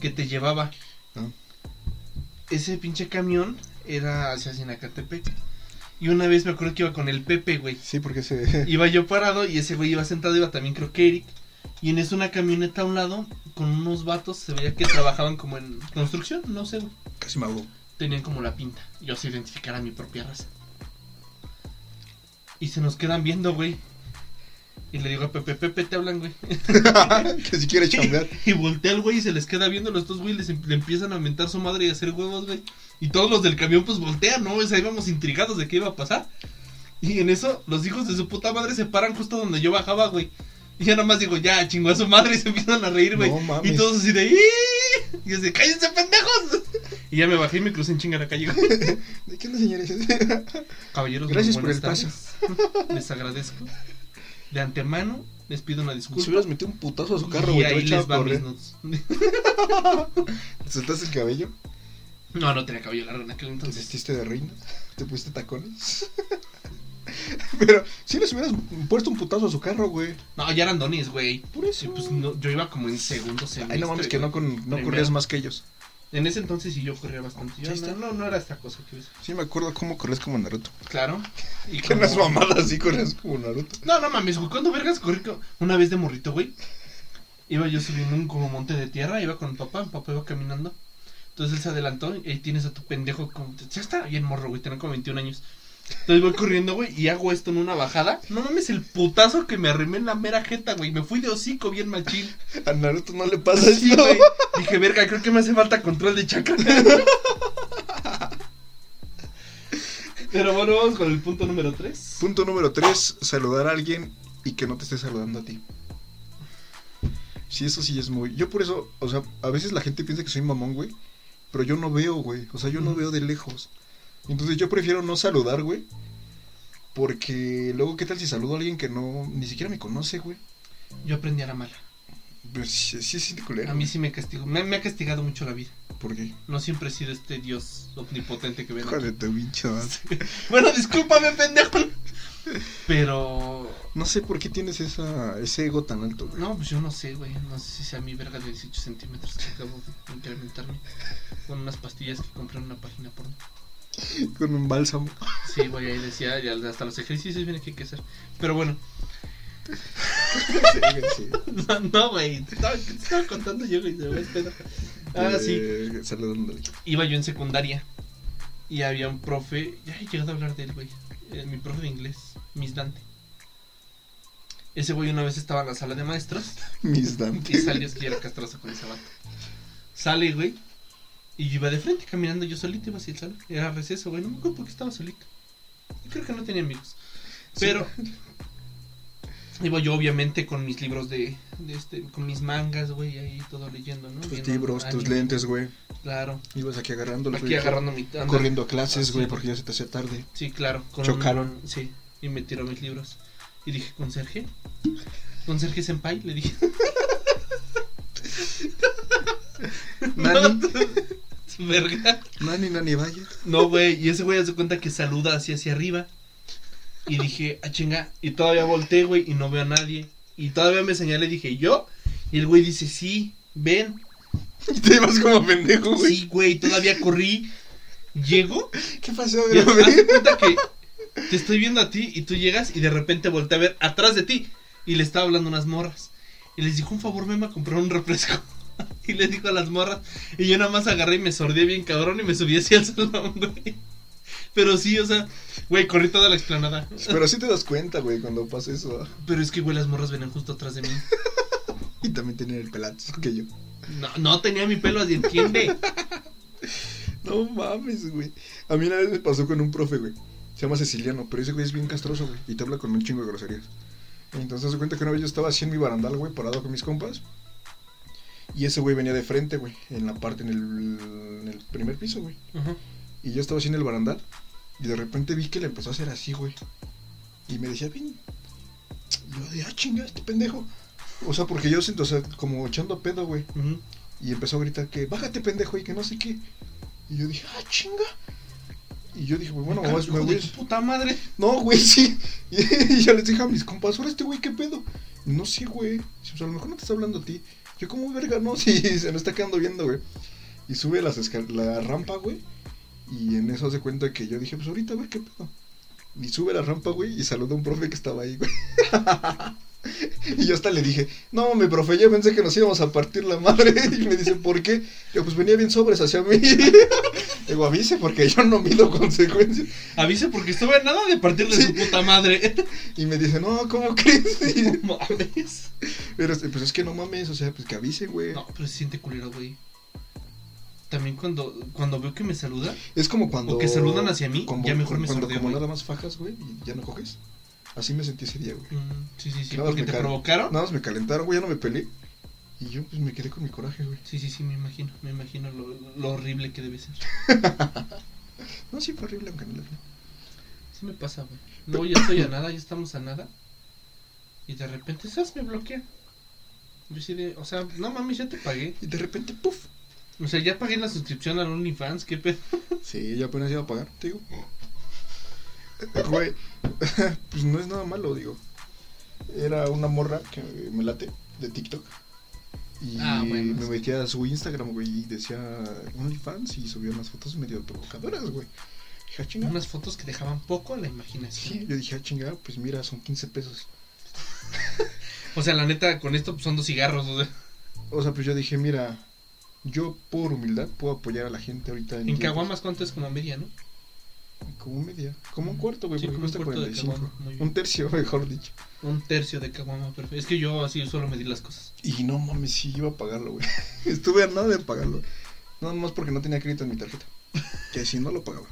Speaker 1: que te llevaba.
Speaker 2: Ah.
Speaker 1: Ese pinche camión era hacia Sinacatepec. Y una vez me acuerdo que iba con el Pepe, güey.
Speaker 2: Sí, porque se.
Speaker 1: Iba yo parado y ese güey iba sentado, iba también creo que Eric. Y en eso una camioneta a un lado con unos vatos, se veía que trabajaban como en construcción, no sé, güey.
Speaker 2: Casi me hago.
Speaker 1: tenían como la pinta. Yo sé identificar a mi propia raza. Y se nos quedan viendo, güey. Y le digo a Pepe, Pepe, te hablan, güey.
Speaker 2: que si quiere chambear.
Speaker 1: Y voltea el güey y se les queda viendo los dos, güey. y Les em- le empiezan a mentar su madre y a hacer huevos, güey. Y todos los del camión, pues voltean, ¿no? O sea, íbamos intrigados de qué iba a pasar. Y en eso, los hijos de su puta madre se paran justo donde yo bajaba, güey. Y ya nomás digo, ya, chingó a su madre y se empiezan a reír, güey.
Speaker 2: No mames.
Speaker 1: y todos así de, "¡Ih!". Y así, cállense, pendejos. Y ya me bajé y me crucé en chinga la calle, güey.
Speaker 2: ¿De qué onda, señores?
Speaker 1: Caballeros,
Speaker 2: Gracias
Speaker 1: muy
Speaker 2: por el
Speaker 1: buenas tardes. Les agradezco. de antemano les pido una
Speaker 2: Si
Speaker 1: disculpa.
Speaker 2: hubieras metido un putazo a su carro,
Speaker 1: Pues, y
Speaker 2: güey, te
Speaker 1: ahí
Speaker 2: hubiera echado
Speaker 1: les
Speaker 2: a
Speaker 1: van mis
Speaker 2: correr.
Speaker 1: nuts.
Speaker 2: ¿Te soltaste el cabello?
Speaker 1: No, no tenía cabello largo en aquel
Speaker 2: ¿Te
Speaker 1: entonces.
Speaker 2: vestiste de reina? ¿Te pusiste tacones? Pero si les hubieras puesto un putazo a su carro, güey.
Speaker 1: No, ya eran donis, güey.
Speaker 2: Por eso.
Speaker 1: Sí, pues no, yo iba como en segundo semestre.
Speaker 2: Ay, no mames, que no,
Speaker 1: güey.
Speaker 2: con, no
Speaker 1: Primero.
Speaker 2: corrías más que ellos.
Speaker 1: En ese entonces sí yo corría bastante. Yo
Speaker 2: Ahí está.
Speaker 1: no, no, no era esta cosa que ves.
Speaker 2: Sí, me acuerdo cómo corrías como Naruto.
Speaker 1: Claro. Y
Speaker 2: Que
Speaker 1: como-
Speaker 2: unas mamadas así corrías como Naruto.
Speaker 1: No, no mames, güey. ¿Cuándo vergas corrí? co- Una vez de morrito, güey. Iba yo subiendo un como monte de tierra, iba con mi papá, mi papá iba caminando. Entonces él se adelantó y ahí tienes a tu pendejo como... Ya está bien morro, güey, tenía como 21 años. Entonces voy corriendo, güey, y hago esto en una bajada. No mames, el putazo que me arrimé en la mera jeta, güey. Me fui de hocico bien machín.
Speaker 2: A Naruto no le pasa
Speaker 1: Sí,
Speaker 2: eso.
Speaker 1: güey. Dije, verga, creo que me hace falta control de chakra. Pero bueno, vamos con el punto número 3.
Speaker 2: Punto número 3, saludar a alguien y que no te esté saludando a ti. Sí, eso sí es muy... Yo por eso, o sea, a veces la gente piensa que soy mamón, güey, pero yo no veo, güey. O sea, yo no
Speaker 1: Ujú.
Speaker 2: veo de lejos. Entonces yo prefiero no saludar, güey. Porque luego, ¿qué tal si saludo a alguien que no... ni siquiera me conoce, güey?
Speaker 1: Yo aprendí a la mala.
Speaker 2: Pues sí, sí, sí, culero.
Speaker 1: A mí sí me castigó. Me, me ha castigado mucho la vida.
Speaker 2: ¿Por qué?
Speaker 1: No siempre he sido este dios omnipotente que ven.
Speaker 2: Hijo de tu pinche madre.
Speaker 1: Bueno, discúlpame, pendejo. Pero.
Speaker 2: No sé por qué tienes esa, ese ego tan alto, güey.
Speaker 1: No, pues yo no sé, güey. No sé si sea mi verga de 18 centímetros que acabo de incrementarme. Con unas pastillas que compré en una página porno.
Speaker 2: Con un bálsamo.
Speaker 1: Sí, güey, ahí decía, ya hasta los ejercicios vienen que hay que hacer. Pero bueno,
Speaker 2: Sí, güey, sí.
Speaker 1: no, no, güey, te estaba, te estaba contando yo, güey, se me va el pedo. Ah, sí,
Speaker 2: Eh, Saludándole.
Speaker 1: iba yo en secundaria y había un profe, ya he llegado a hablar de él, güey, eh, mi profe de inglés, Miss Dante. Ese güey una vez estaba en la sala de maestros
Speaker 2: Mis
Speaker 1: y
Speaker 2: Dante.
Speaker 1: salió, es que yo era castroso con ese vato. Sale, güey, y yo iba de frente caminando yo solito, iba hacia el salón, era receso, güey, no me acuerdo por qué estaba solito. Yo creo que no tenía amigos. Pero iba yo obviamente con mis libros de, de este, con mis mangas, güey, ahí todo leyendo, ¿no?
Speaker 2: Tus
Speaker 1: Viendo
Speaker 2: libros, tus
Speaker 1: anime,
Speaker 2: lentes, güey.
Speaker 1: Claro.
Speaker 2: Ibas aquí agarrando
Speaker 1: Aquí agarrando mi anda-
Speaker 2: Corriendo a clases,
Speaker 1: Ah,
Speaker 2: güey,
Speaker 1: sí.
Speaker 2: porque ya se te hacía tarde.
Speaker 1: Sí, claro. con
Speaker 2: Chocaron.
Speaker 1: un- sí, y me tiró mis libros. Y dije, ¿conserje? ¿Conserje senpai? Le dije.
Speaker 2: Nani,
Speaker 1: Verga.
Speaker 2: nani, nani, vaya.
Speaker 1: No, güey, y ese güey hace cuenta que saluda hacia hacia arriba. Y dije, ah, chinga. Y todavía volteé, güey, y no veo a nadie. Y todavía me señalé, dije, ¿yo? Y el güey dice, sí, ven.
Speaker 2: Y te ibas como pendejo, güey.
Speaker 1: Sí, güey, todavía corrí. Llego.
Speaker 2: ¿Qué pasó,
Speaker 1: Y
Speaker 2: güey?
Speaker 1: haz de cuenta que te estoy viendo a ti y tú llegas y de repente volteé a ver atrás de ti. Y le estaba hablando unas morras. Y les dijo, un favor, me a comprar un refresco. Y le dijo a las morras. Y yo nada más agarré y me sordé bien cabrón y me subí hacia el salón, güey. Pero sí, o sea, güey, corrí toda la explanada.
Speaker 2: Pero sí te das cuenta, güey, cuando pasa eso. ¿ah?
Speaker 1: Pero es que, güey, las morras venían justo atrás de mí.
Speaker 2: Y también tenían el pelazo que yo.
Speaker 1: No, no tenía mi pelo así, entiende.
Speaker 2: No mames, güey. A mí una vez me pasó con un profe, güey. Se llama Ceciliano, pero ese güey es bien castroso, güey. Y te habla con un chingo de groserías. Entonces se cuenta que una vez yo estaba así en mi barandal, güey, parado con mis compas. Y ese güey venía de frente, güey. En la parte, en el, en el primer piso, güey.
Speaker 1: Ajá.
Speaker 2: Y yo estaba así en el barandal. Y de repente vi que le empezó a hacer así, güey. Y me decía, ven. Y yo de, ah, chinga, este pendejo. O sea, porque yo siento, o sea, como echando pedo, güey.
Speaker 1: Ujú.
Speaker 2: Y empezó a gritar que, bájate pendejo y que no sé qué. Y yo dije, ah, chinga. Y yo dije, pues bueno,
Speaker 1: Hijo
Speaker 2: vamos, me
Speaker 1: de
Speaker 2: voy.
Speaker 1: tu puta madre.
Speaker 2: No, güey, sí. Y yo les dije a mis compas, ahora este güey, ¿qué pedo? No sé, güey. Dice, "Pues, a lo mejor no te está hablando a ti. Yo, como verga, no, sí, se me está quedando viendo, güey. Y sube las escal- la rampa, güey. Y en eso se cuenta que yo dije, pues ahorita, a ver qué pedo. Y sube la rampa, güey, y saluda a un profe que estaba ahí, güey. Y yo hasta le dije, no, mi profe, yo pensé que nos íbamos a partir la madre. Y me dice, ¿por qué? Yo, pues venía bien sobres hacia mí. Digo, avise porque yo no mido consecuencias.
Speaker 1: Avise porque estuve a nada de partirle
Speaker 2: Sí.
Speaker 1: su puta madre.
Speaker 2: Y me dice, no, ¿cómo crees? Y-
Speaker 1: No mames.
Speaker 2: pero este, pues es que no mames, o sea, pues que avise, güey.
Speaker 1: No, pero se siente culero, güey. También cuando, cuando veo que me saluda,
Speaker 2: Es como cuando.
Speaker 1: O que saludan hacia mí, ya mejor me
Speaker 2: Cuando
Speaker 1: sordeo,
Speaker 2: como
Speaker 1: güey.
Speaker 2: nada más fajas, güey, y ya no coges. Así me sentí ese día, güey.
Speaker 1: mm, sí, sí, sí,
Speaker 2: Nada más
Speaker 1: porque
Speaker 2: me
Speaker 1: te
Speaker 2: cal-
Speaker 1: provocaron.
Speaker 2: Nada más me calentaron, güey, ya no me peleé. Y yo, pues me quedé con mi coraje, güey.
Speaker 1: Sí, sí, sí, me imagino, me imagino lo, lo horrible que debe ser.
Speaker 2: No, sí, fue horrible, aunque no le
Speaker 1: Sí me pasa, güey. No, ya estoy a nada, ya estamos a nada Y de repente, esas me bloquea. Yo sí de, o sea, no mames, ya te pagué.
Speaker 2: Y de repente, puff.
Speaker 1: O sea, ya pagué la suscripción al OnlyFans, qué pedo.
Speaker 2: Sí, ya apenas iba a pagar, te digo. Güey, pues no es nada malo, digo. Era una morra que me late de TikTok. Y
Speaker 1: Ah, bueno,
Speaker 2: me
Speaker 1: sí.
Speaker 2: metía a su Instagram, güey, y decía OnlyFans y subía unas fotos medio provocadoras, güey. Dije, ah, chinga.
Speaker 1: Unas fotos que dejaban poco a la
Speaker 2: Sí,
Speaker 1: imaginación.
Speaker 2: yo dije, ah, chinga, pues mira, son 15 pesos.
Speaker 1: O sea, la neta, con esto pues, son dos cigarros. o sea,
Speaker 2: O sea, pues yo dije, mira, yo por humildad puedo apoyar a la gente ahorita en.
Speaker 1: en
Speaker 2: tiempos-
Speaker 1: Caguamas, ¿cuánto es como media, no?
Speaker 2: Como media. Como un cuarto, güey,
Speaker 1: Mm. Sí,
Speaker 2: porque
Speaker 1: como un
Speaker 2: cuesta
Speaker 1: cuarto de
Speaker 2: 45.
Speaker 1: caguama, muy bien.
Speaker 2: Un tercio, mejor dicho.
Speaker 1: Un tercio de Caguama, perfecto. Es que yo así suelo medir las cosas.
Speaker 2: Y no mames, sí iba a pagarlo, güey. Estuve a nada de pagarlo. Nada más porque no tenía crédito en mi tarjeta. Que si no lo pagaba.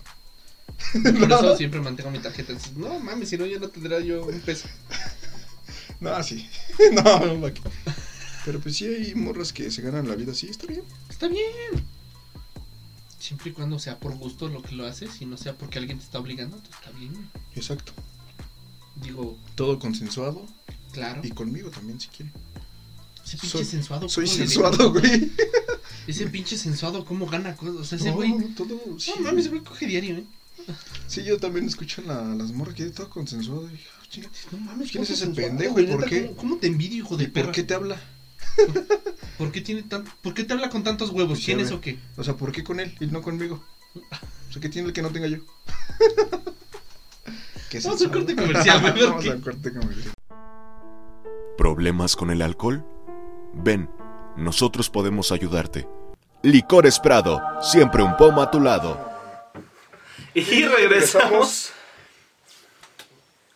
Speaker 1: Por eso siempre mantengo mi tarjeta. Entonces, no mames, si no, ya no tendría yo un peso.
Speaker 2: No, sí. no, no, pa' qué. Pero pues sí hay morras que se ganan la vida así, está bien.
Speaker 1: Está bien. Siempre y cuando sea por gusto lo que lo haces y no sea porque alguien te está obligando, pues, está bien.
Speaker 2: Exacto.
Speaker 1: Digo,
Speaker 2: Todo consensuado.
Speaker 1: claro.
Speaker 2: Y conmigo también, si quiere.
Speaker 1: Ese pinche
Speaker 2: soy-
Speaker 1: sensuado.
Speaker 2: Soy
Speaker 1: ¿cómo le
Speaker 2: sensuado,
Speaker 1: digo?
Speaker 2: güey.
Speaker 1: Ese pinche sensuado, ¿cómo gana cosas? O sea, ese
Speaker 2: No,
Speaker 1: Pues güey. No,
Speaker 2: todo. Sí.
Speaker 1: mames, ese güey coge diario, ¿eh?
Speaker 2: Sí, yo también escucho a la- las morras que todo consensuado. Y, ah, chinga,
Speaker 1: No mames,
Speaker 2: ¿Quién es
Speaker 1: cómo
Speaker 2: ese
Speaker 1: sensuado,
Speaker 2: pendejo,
Speaker 1: güey?
Speaker 2: y por
Speaker 1: Neta,
Speaker 2: qué?
Speaker 1: ¿Cómo, cómo te envidio, hijo de
Speaker 2: ¿Y
Speaker 1: perra?
Speaker 2: por qué te habla?
Speaker 1: ¿Por qué tiene tan... ¿Por qué te habla con tantos huevos?
Speaker 2: Pues,
Speaker 1: ¿Quién
Speaker 2: a
Speaker 1: es
Speaker 2: ver.
Speaker 1: o qué?
Speaker 2: O sea, ¿por qué con él y no conmigo? O sea, ¿qué tiene el que no tenga yo? ¿Qué
Speaker 1: Vamos a un corte comercial, güey, ¿por
Speaker 2: Vamos
Speaker 1: qué?
Speaker 2: a un corte comercial.
Speaker 4: ¿Problemas con el alcohol? Ven, nosotros podemos ayudarte. Licores Prado, siempre un pomo a tu lado.
Speaker 5: Y regresamos.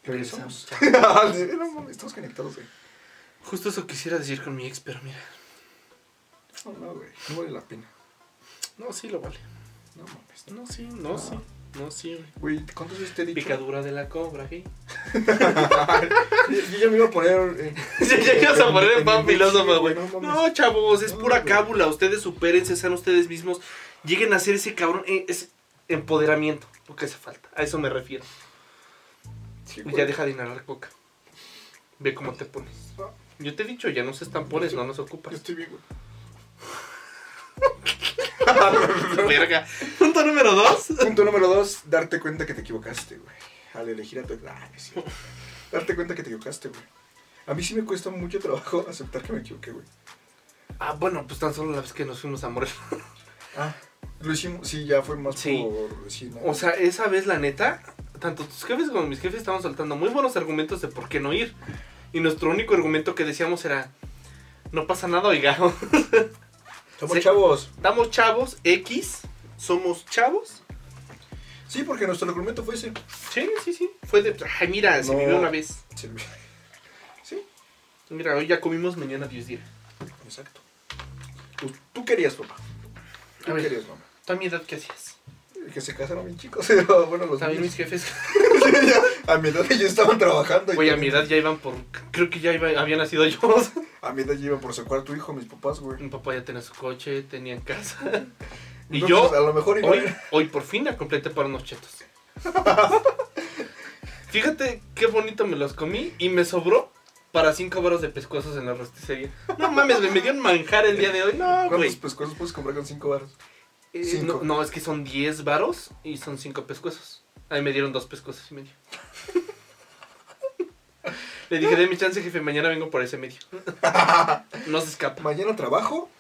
Speaker 2: Regresamos. no mames, estamos conectados, güey.
Speaker 5: Justo eso quisiera decir con mi ex, pero mira.
Speaker 2: No, no, güey. No vale la pena.
Speaker 5: No, sí lo vale.
Speaker 2: No mames.
Speaker 5: No, sí, no, sí. No, sí, güey.
Speaker 2: Güey, ¿cuántas veces te he dicho?
Speaker 5: Picadura de la cobra, güey.
Speaker 2: Yo, yo ya me iba a poner. eh,
Speaker 5: Ya llegas a poner en pan
Speaker 2: inglés,
Speaker 5: filósofo,
Speaker 2: sí,
Speaker 5: güey.
Speaker 2: No mames.
Speaker 5: No, chavos, es
Speaker 2: No,
Speaker 5: pura
Speaker 2: güey.
Speaker 5: cábula. Ustedes supérense, sean ustedes mismos. Lleguen a ser ese cabrón. eh, Es empoderamiento lo que hace falta. A eso me refiero.
Speaker 2: Sí,
Speaker 5: Y
Speaker 2: güey.
Speaker 5: ya deja de inhalar coca. Ve cómo te pones. Yo te he dicho, ya no se estampones, no nos
Speaker 2: Yo
Speaker 5: ocupas.
Speaker 2: estoy bien, güey.
Speaker 5: Verga. Punto número dos.
Speaker 2: Punto número dos, darte cuenta que te equivocaste, güey. Al elegir a tu... Ah, no es cierto. Darte cuenta que te equivocaste, güey. A mí sí me cuesta mucho trabajo aceptar que me equivoqué, güey.
Speaker 5: Ah, bueno, pues tan solo la vez que nos fuimos a Morelos.
Speaker 2: Ah, lo hicimos. Sí, ya fue más
Speaker 5: Sí.
Speaker 2: por decir, ¿no?
Speaker 5: O sea, esa vez, la neta, tanto tus jefes como mis jefes estaban soltando muy buenos argumentos de por qué no ir. Y nuestro único argumento que decíamos era: No pasa nada, oiga.
Speaker 2: Somos
Speaker 5: sí.
Speaker 2: chavos.
Speaker 5: Estamos chavos, X, somos chavos.
Speaker 2: Sí, porque nuestro argumento fue ese.
Speaker 5: Sí, sí, sí. Fue de: Ay, mira, se
Speaker 2: No.
Speaker 5: vivió una vez.
Speaker 2: Sí, sí,
Speaker 5: Mira, hoy ya comimos, mañana Dios dirá.
Speaker 2: exacto. Tú, tú querías, papá. Tú
Speaker 5: A ver.
Speaker 2: querías, mamá.
Speaker 5: ¿Tú a mi edad qué hacías?
Speaker 2: Que se casaron bien chicos, pero bueno, los
Speaker 5: También mis
Speaker 2: niños-
Speaker 5: jefes.
Speaker 2: a mi edad ellos estaban trabajando. y
Speaker 5: Güey, a mi
Speaker 2: también-
Speaker 5: edad ya iban por. Creo que ya iba, había nacido yo.
Speaker 2: A mi edad ya iba por secuar a tu hijo, mis papás, güey.
Speaker 5: mi papá ya tenía su coche, tenía casa. Y
Speaker 2: Entonces,
Speaker 5: yo.
Speaker 2: pues, A lo mejor igual.
Speaker 5: Hoy, hoy por fin la completé para unos chetos. Fíjate qué bonito me los comí y me sobró para cinco varos de pescuezos en la rosticería. No mames, güey, me dio un manjar el día de hoy. No,
Speaker 2: ¿Cuántos
Speaker 5: güey.
Speaker 2: pescuezos puedes comprar con 5 baros?
Speaker 5: Eh,
Speaker 2: cinco?
Speaker 5: no, no, es que son 10 varos y son cinco pescuezos. Ahí me dieron dos pescuezos y medio. Le dije, de mi chance, jefe, mañana vengo por ese medio. No se escapa.
Speaker 2: Mañana trabajo,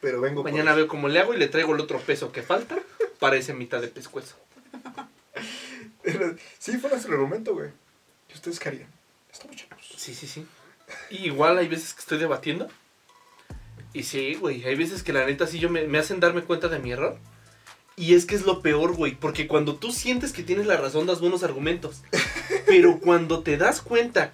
Speaker 2: pero vengo por-
Speaker 5: Mañana veo cómo le hago y le traigo el otro peso que falta para esa mitad de pescuezo.
Speaker 2: sí, fue nuestro argumento, güey. ¿Y ustedes qué harían? Estamos chavos.
Speaker 5: Sí, sí, sí. Y igual hay veces que estoy debatiendo. Y sí, güey, hay veces que la neta sí yo me, me hacen darme cuenta de mi error. Y es que es lo peor, güey, porque cuando tú sientes que tienes la razón das buenos argumentos. Pero cuando te das cuenta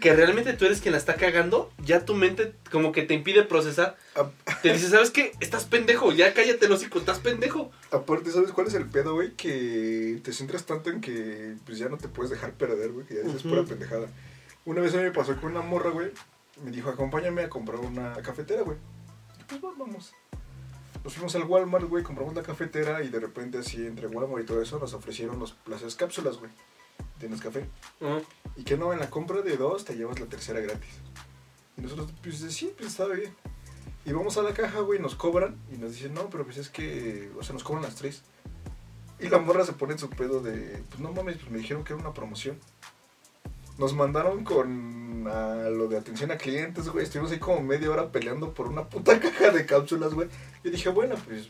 Speaker 5: que realmente tú eres quien la está cagando, ya tu mente como que te impide procesar.
Speaker 2: A-
Speaker 5: Te dice, ¿sabes qué? Estás pendejo, ya cállate el hocico, estás pendejo.
Speaker 2: aparte, ¿sabes cuál es el pedo, güey? Que te centras tanto en que pues, ya no te puedes dejar perder, güey, que ya dices
Speaker 5: Ujú.
Speaker 2: pura pendejada. Una vez a mí me pasó con una morra, güey. Me dijo, acompáñame a comprar una cafetera, güey. Y Pues va, vamos. Nos fuimos al Walmart, güey, compramos la cafetera y de repente así entre Walmart y todo eso nos ofrecieron los, las cápsulas, güey. de Nescafé.
Speaker 5: Ajá.
Speaker 2: Y que no, en la compra de dos te llevas la tercera gratis. Y nosotros, pues sí, pues estaba bien. Y vamos a la caja, güey, nos cobran y nos dicen, no, pero pues es que, o sea, nos cobran las tres. Y la morra se pone en su pedo de, pues no mames, pues me dijeron que era una promoción. Nos mandaron con a lo de atención a clientes, güey. Estuvimos ahí como media hora peleando por una puta caja de cápsulas, güey. Yo dije, bueno, pues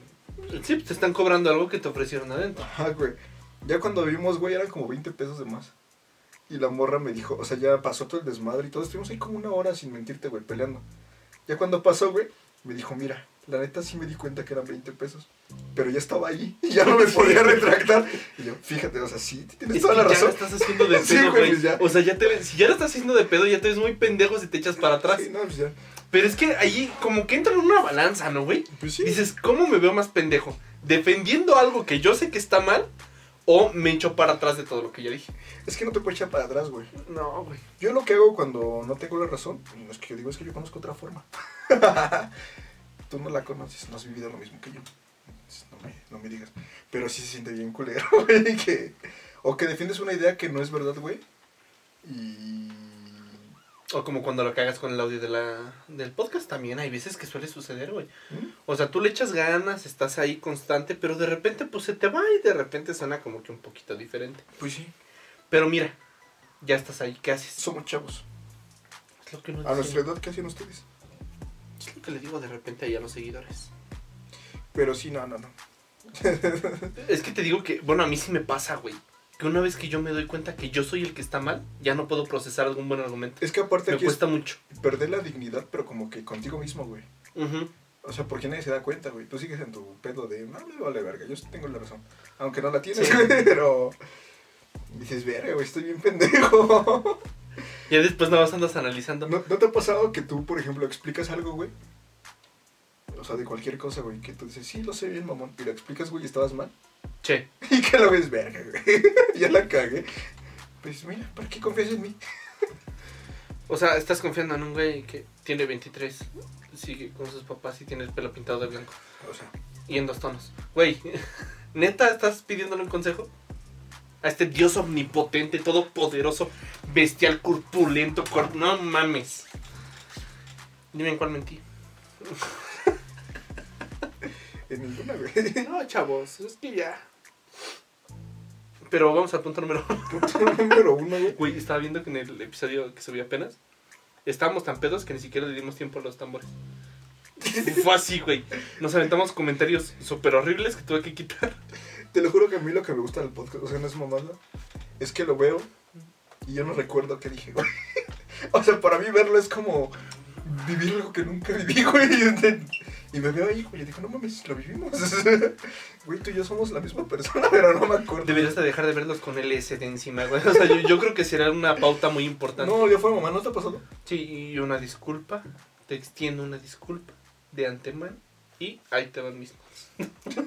Speaker 5: Sí, pues te están cobrando algo que te ofrecieron adentro.
Speaker 2: Ajá, güey. Ya cuando vimos, güey, eran como 20 pesos de más. Y la morra me dijo, o sea, ya pasó todo el desmadre y todo. Estuvimos ahí como una hora sin mentirte, güey, peleando. Ya cuando pasó, güey, me dijo, mira, la neta sí me di cuenta que eran 20 pesos. Pero ya estaba ahí y ya no me podía retractar. Y yo, fíjate, o sea, sí, tienes
Speaker 5: Es
Speaker 2: toda
Speaker 5: que
Speaker 2: la
Speaker 5: ya la
Speaker 2: razón.
Speaker 5: estás haciendo de
Speaker 2: Sí,
Speaker 5: pedo,
Speaker 2: güey,
Speaker 5: güey.
Speaker 2: pues ya.
Speaker 5: O sea, ya te ves- si ya la estás haciendo de pedo, ya te ves muy pendejo si te echas para atrás.
Speaker 2: Sí, no, pues ya.
Speaker 5: Pero es que ahí como que entra en una balanza, ¿no, güey?
Speaker 2: Pues sí.
Speaker 5: Dices, ¿cómo me veo más pendejo? ¿Defendiendo algo que yo sé que está mal o me echo para atrás de todo lo que yo dije?
Speaker 2: Es que no te puedo echar para atrás, güey.
Speaker 5: No, güey.
Speaker 2: Yo lo que hago cuando no tengo la razón, no es que yo digo, es que yo conozco otra forma. Tú no la conoces, no has vivido lo mismo que yo. Entonces, No me, no me digas. Pero sí se siente bien culero, güey. Que, o que defiendes una idea que no es verdad, güey. Y.
Speaker 5: O como cuando lo cagas con el audio de la, del podcast también, hay veces que suele suceder, güey.
Speaker 2: ¿Mm?
Speaker 5: O sea, tú le echas ganas, estás ahí constante, pero de repente pues se te va y de repente suena como que un poquito diferente.
Speaker 2: Pues sí,
Speaker 5: Pero mira, ya estás ahí, ¿qué haces?
Speaker 2: somos chavos.
Speaker 5: Es lo que nos
Speaker 2: A nuestra
Speaker 5: dicen.
Speaker 2: edad, ¿qué hacían ustedes?
Speaker 5: Es lo que le digo de repente ahí a los seguidores.
Speaker 2: Pero sí, no, no, no.
Speaker 5: Es que te digo que, bueno, a mí sí me pasa, güey. Que una vez que yo me doy cuenta que yo soy el que está mal, ya no puedo procesar algún buen argumento.
Speaker 2: Es que aparte
Speaker 5: Me
Speaker 2: aquí es
Speaker 5: cuesta mucho.
Speaker 2: perder la dignidad, pero como que contigo mismo, güey.
Speaker 5: Ujú.
Speaker 2: O sea, porque nadie se da cuenta, güey. Tú sigues en tu pedo de, no, me vale verga, yo sí tengo la razón. Aunque no la tienes,
Speaker 5: Sí.
Speaker 2: güey, pero... Dices, verga, güey, estoy bien pendejo.
Speaker 5: Ya después nada más andas analizando.
Speaker 2: ¿No, ¿No te ha pasado que tú, por ejemplo, explicas algo, güey? O sea, de cualquier cosa, güey, que tú dices, sí, lo sé bien, mamón. Y lo explicas, güey, y estabas mal.
Speaker 5: Che,
Speaker 2: Y que lo ves, verga, güey. ya la cagué. Pues mira, ¿para qué confías en mí?
Speaker 5: o sea, estás confiando en un güey que tiene 23, sigue con sus papás y tiene el pelo pintado de blanco.
Speaker 2: O sea,
Speaker 5: Y en dos tonos. Güey, neta, estás pidiéndole un consejo a este dios omnipotente, todopoderoso, bestial, corpulento, cor- no mames. Dime en cuál mentí.
Speaker 2: en ninguna, güey.
Speaker 5: No, chavos, es que ya. Pero vamos al punto número uno.
Speaker 2: Punto número uno, güey.
Speaker 5: Güey, estaba viendo que en el episodio que subí apenas, estábamos tan pedos que ni siquiera le dimos tiempo a los tambores. Fue así, güey. Nos aventamos comentarios súper horribles que tuve que quitar.
Speaker 2: Te lo juro que a mí lo que me gusta del podcast, o sea, no es mamada, es que lo veo y yo no recuerdo qué dije, güey. O sea, para mí verlo es como vivir algo que nunca viví, güey. Y me veo ahí, güey, y digo, no mames, lo vivimos. Güey, tú y yo somos la misma persona, pero no me acuerdo.
Speaker 5: Deberías de dejar de verlos con LSD encima, güey. O sea, yo, yo creo que será una pauta muy importante.
Speaker 2: No, yo fue mamá, ¿no te ha pasado?
Speaker 5: Sí, y una disculpa. Te extiendo una disculpa de antemano. Y ahí te van mis notas.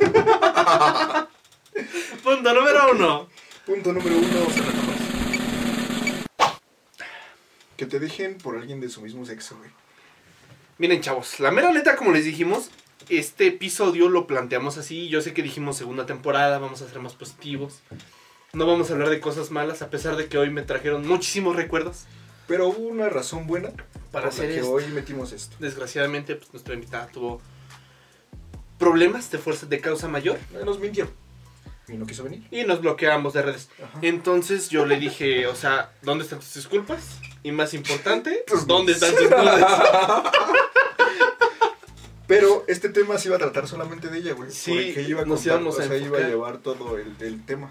Speaker 5: Punto número uno.
Speaker 2: Punto número uno, o sea, nada más. Que te dejen por alguien de su mismo sexo, güey.
Speaker 5: Miren, chavos, la mera neta, como les dijimos, este episodio lo planteamos así. Yo sé que dijimos segunda temporada, vamos a ser más positivos. No vamos a hablar de cosas malas, a pesar de que hoy me trajeron muchísimos recuerdos.
Speaker 2: Pero hubo una razón buena
Speaker 5: Para
Speaker 2: por la
Speaker 5: hacer
Speaker 2: que
Speaker 5: esto.
Speaker 2: hoy metimos esto.
Speaker 5: Desgraciadamente, pues, nuestra invitada tuvo problemas de fuerza de causa mayor
Speaker 2: Nos mintió. Y no quiso venir.
Speaker 5: y nos bloqueamos de redes.
Speaker 2: Ajá.
Speaker 5: Entonces yo le dije, o sea, ¿dónde están tus disculpas? Y más importante,
Speaker 2: Tus
Speaker 5: Pues, ¿dónde
Speaker 2: nudes.
Speaker 5: están tus nudes?
Speaker 2: Pero este tema se iba a tratar solamente de ella, güey.
Speaker 5: Sí,
Speaker 2: porque iba a
Speaker 5: nos
Speaker 2: contar,
Speaker 5: íbamos
Speaker 2: o
Speaker 5: a
Speaker 2: sea, iba a
Speaker 5: enfocar.
Speaker 2: llevar todo el, el tema.